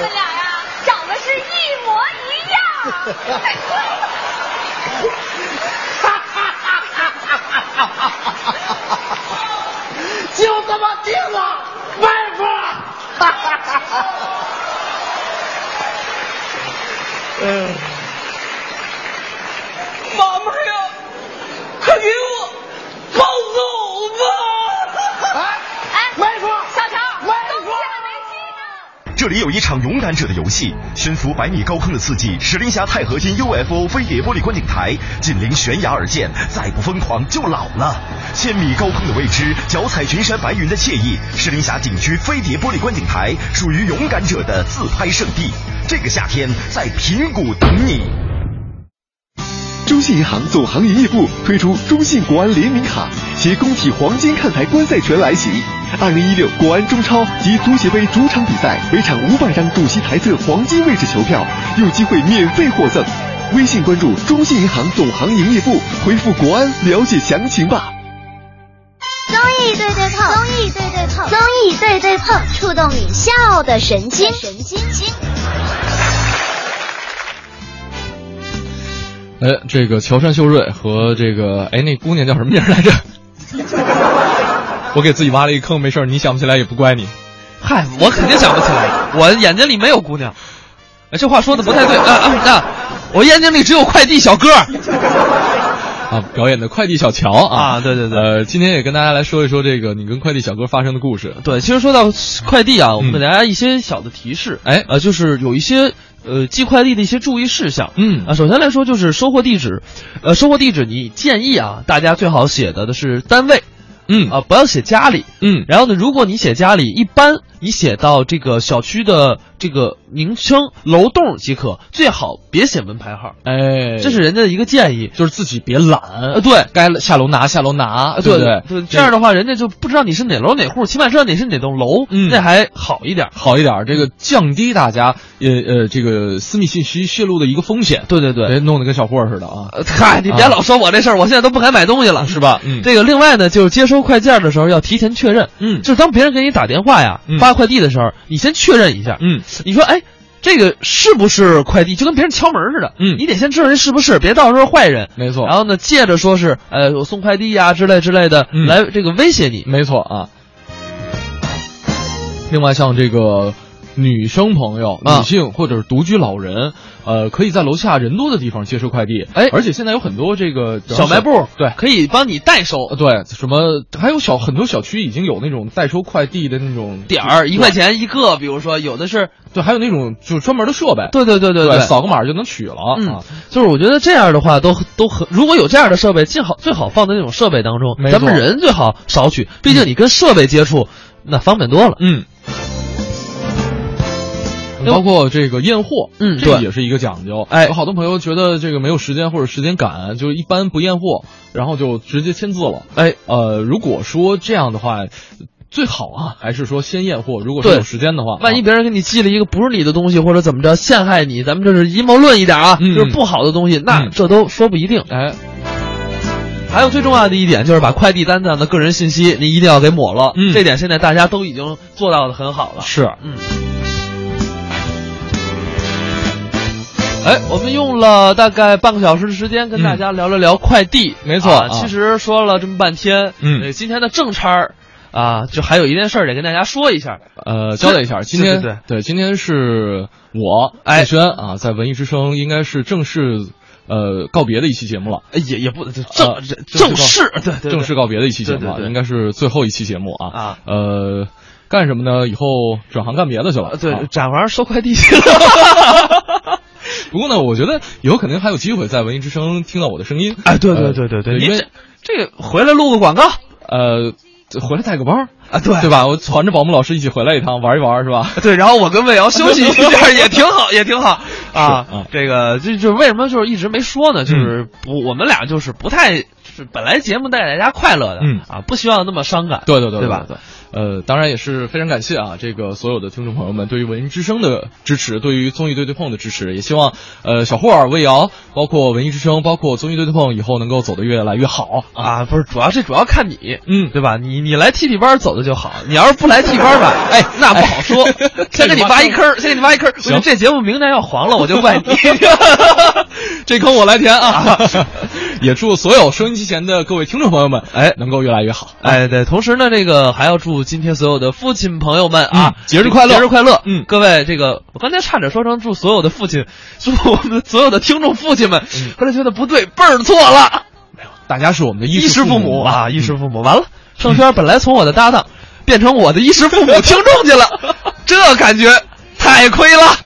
Speaker 6: 们俩呀，长得是一模一样。
Speaker 3: 就这么定了，妹 夫。嗯，妈妈呀，快给我抱走吧！
Speaker 6: 哎，妹夫，小乔，妹夫，
Speaker 9: 这里有一场勇敢者的游戏，悬浮百米高空的刺激，石林峡钛合金 UFO 飞碟玻璃观景台，紧邻悬崖而建，再不疯狂就老了。千米高空的未知，脚踩群山白云的惬意，石林峡景区飞碟玻璃观景台属于勇敢者的自拍圣地。这个夏天在平谷等你。
Speaker 10: 中信银行总行营业部推出中信国安联名卡，携工体黄金看台观赛权来袭。二零一六国安中超及足协杯主场比赛，每场五百张主席台侧黄金位置球票，有机会免费获赠。微信关注中信银行总行营业部，回复“国安”了解详情吧。
Speaker 16: 综艺对对碰，综艺对对碰，综艺对对碰，触动你笑的神 经，神经经。
Speaker 1: 呃，这个乔杉秀瑞和这个哎那姑娘叫什么名儿来着？ 我给自己挖了一坑，没事儿，你想不起来也不怪你。
Speaker 2: 嗨，我肯定想不起来，我眼睛里没有姑娘。哎这话说的不太对啊啊啊！我眼睛里只有快递小哥。
Speaker 1: 啊，表演的快递小乔啊，对对对，呃，今天也跟大家来说一说这个你跟快递小哥发生的故事。
Speaker 2: 对，其实说到快递啊，我们给大家一些小的提示，哎，呃，就是有一些呃寄快递的一些注意事项。嗯，啊，首先来说就是收货地址，呃，收货地址你建议啊，大家最好写的的是单位。嗯啊，不要写家里。嗯，然后呢，如果你写家里，一般你写到这个小区的这个名称、楼栋即可，最好别写门牌号。
Speaker 1: 哎，
Speaker 2: 这是人家一个建议，
Speaker 1: 就是自己别懒。
Speaker 2: 呃，对，
Speaker 1: 该下楼拿下楼拿，
Speaker 2: 对
Speaker 1: 不呃对？
Speaker 2: 对，这样的话，人家就不知道你是哪楼哪户，起码知道你是哪栋楼，那还好一点。
Speaker 1: 嗯好一点，这个降低大家呃呃这个私密信息泄露的一个风险。
Speaker 2: 对对呃对，
Speaker 1: 别弄得跟小霍似的啊！
Speaker 2: 嗨，你别老说我这事儿，我现在都不敢买东西了，是吧？嗯，这个另外呢，就是接收快件的时候要提前确认，嗯，就是当别人给你打电话呀、
Speaker 1: 嗯
Speaker 2: 发快递的时候，你先确认一下，嗯，你说哎。这个是不是快递？就跟别人敲门似的，嗯，你得先知道人是不是，别到时候坏人。
Speaker 1: 没错。
Speaker 2: 然后呢，借着说是呃我送快递呀、之类之类的，来这个威胁你。
Speaker 1: 嗯没错啊。另外，像这个女生朋友、女性或者是独居老人，呃，可以在楼下人多的地方接收快递。哎，而且现在有很多这个
Speaker 2: 小卖部，
Speaker 1: 对，
Speaker 2: 可以帮你代收。
Speaker 1: 对，什么还有小很多小区已经有那种代收快递的那种
Speaker 2: 点儿，一块钱一个，比如说有的是
Speaker 1: 对，还有那种就是专门的设备，
Speaker 2: 对对对对
Speaker 1: 对，扫个码就能取了。啊
Speaker 2: 嗯，就是我觉得这样的话都都很，如果有这样的设备，最好最好放在那种设备当中
Speaker 1: 没，错
Speaker 2: 咱们人最好少取，毕竟你跟设备接触，那方便多了。
Speaker 1: 嗯。包括这个验货，
Speaker 2: 嗯
Speaker 1: 这个
Speaker 2: 对
Speaker 1: 也是一个讲究。哎，有好多朋友觉得这个没有时间或者时间赶，就一般不验货，然后就直接签字了。哎，呃，如果说这样的话，最好啊，还是说先验货。如果说
Speaker 2: 对
Speaker 1: 有时间的话，
Speaker 2: 嗯
Speaker 1: 啊
Speaker 2: 万一别人给你寄了一个不是你的东西，或者怎么着陷害你，咱们这是阴谋论一点啊，就是不好的东西，那这都说不一定。
Speaker 1: 哎，
Speaker 2: 还有最重要的一点就是把快递单上的个人信息你一定要给抹了，嗯、这点现在大家都已经做到的很好了。
Speaker 1: 是，
Speaker 2: 嗯。哎，我们用了大概半个小时的时间跟大家聊了聊快递，
Speaker 1: 没错
Speaker 2: 啊
Speaker 1: 啊
Speaker 2: 其实说了这么半天，
Speaker 1: 嗯
Speaker 2: 呃今天的正差儿啊，就还有一件事儿得跟大家说一下，
Speaker 1: 呃，交代一下，今天
Speaker 2: 对对
Speaker 1: 今天是我
Speaker 2: 哎
Speaker 1: 艾轩啊，在文艺之声应该是正式。呃，告别的一期节目了，
Speaker 2: 也也不正
Speaker 1: 呃
Speaker 2: 正式
Speaker 1: 告
Speaker 2: 对对对
Speaker 1: 正式告别的一期节目了，
Speaker 2: 对对对
Speaker 1: 应该是最后一期节目啊啊，呃，干什么呢？以后转行干别的去了，
Speaker 2: 呃对
Speaker 1: 啊，
Speaker 2: 展玩收快递去了。
Speaker 1: 不过呢，我觉得以后肯定还有机会在文艺之声听到我的声音。
Speaker 2: 啊
Speaker 1: 呃
Speaker 2: 哎，对对对对对
Speaker 1: 因
Speaker 2: 你
Speaker 1: 为
Speaker 2: 这这个回来录个广告。
Speaker 1: 呃，回来带个班
Speaker 2: 啊，对
Speaker 1: 对吧？我团着保姆老师一起回来一趟，玩一玩是吧？
Speaker 2: 对，然后我跟魏瑶休息 一下也挺好，也挺好啊。这个这就是为什么就是一直没说呢？就是不，我们俩就是不太，是本来节目带给大家快乐的，
Speaker 1: 嗯
Speaker 2: 啊，不希望那么伤感。
Speaker 1: 对对对
Speaker 2: 对吧？
Speaker 1: 对，呃，当然也是非常感谢啊，这个所有的听众朋友们对于文艺之声的支持，对于综艺对对碰的支持，也希望呃小霍儿、魏瑶，包括文艺之声，包括综艺对对碰以后能够走得越来越好
Speaker 2: 啊！不是，主要这主要看你，
Speaker 1: 嗯，
Speaker 2: 对吧？你你来替替班走的就好，你要是不来替 班吧，哎，那不好说。先给你挖一坑儿，先给你挖一坑儿。我觉得这节目明年要黄了，我就 怪你。
Speaker 1: 这坑我来填啊！ 也祝所有收音机前的各位听众朋友们，
Speaker 2: 哎，
Speaker 1: 能够越来越好。
Speaker 2: 哎，对，同时呢，这个还要祝今天所有的父亲朋友们啊，
Speaker 1: 嗯节日快乐
Speaker 2: 节日快乐！
Speaker 1: 嗯，
Speaker 2: 各位，这个我刚才差点说成祝所有的父亲，祝我们的所有的听众父亲们，
Speaker 1: 嗯
Speaker 2: 后来觉得不对，辈儿错了，
Speaker 1: 大家是我们的
Speaker 2: 衣
Speaker 1: 食
Speaker 2: 食
Speaker 1: 父母
Speaker 2: 父
Speaker 1: 嗯
Speaker 2: 母啊，衣食父母。完了，盛轩本来从我的 搭档变成我的衣食父母听众去了，这感觉太亏了。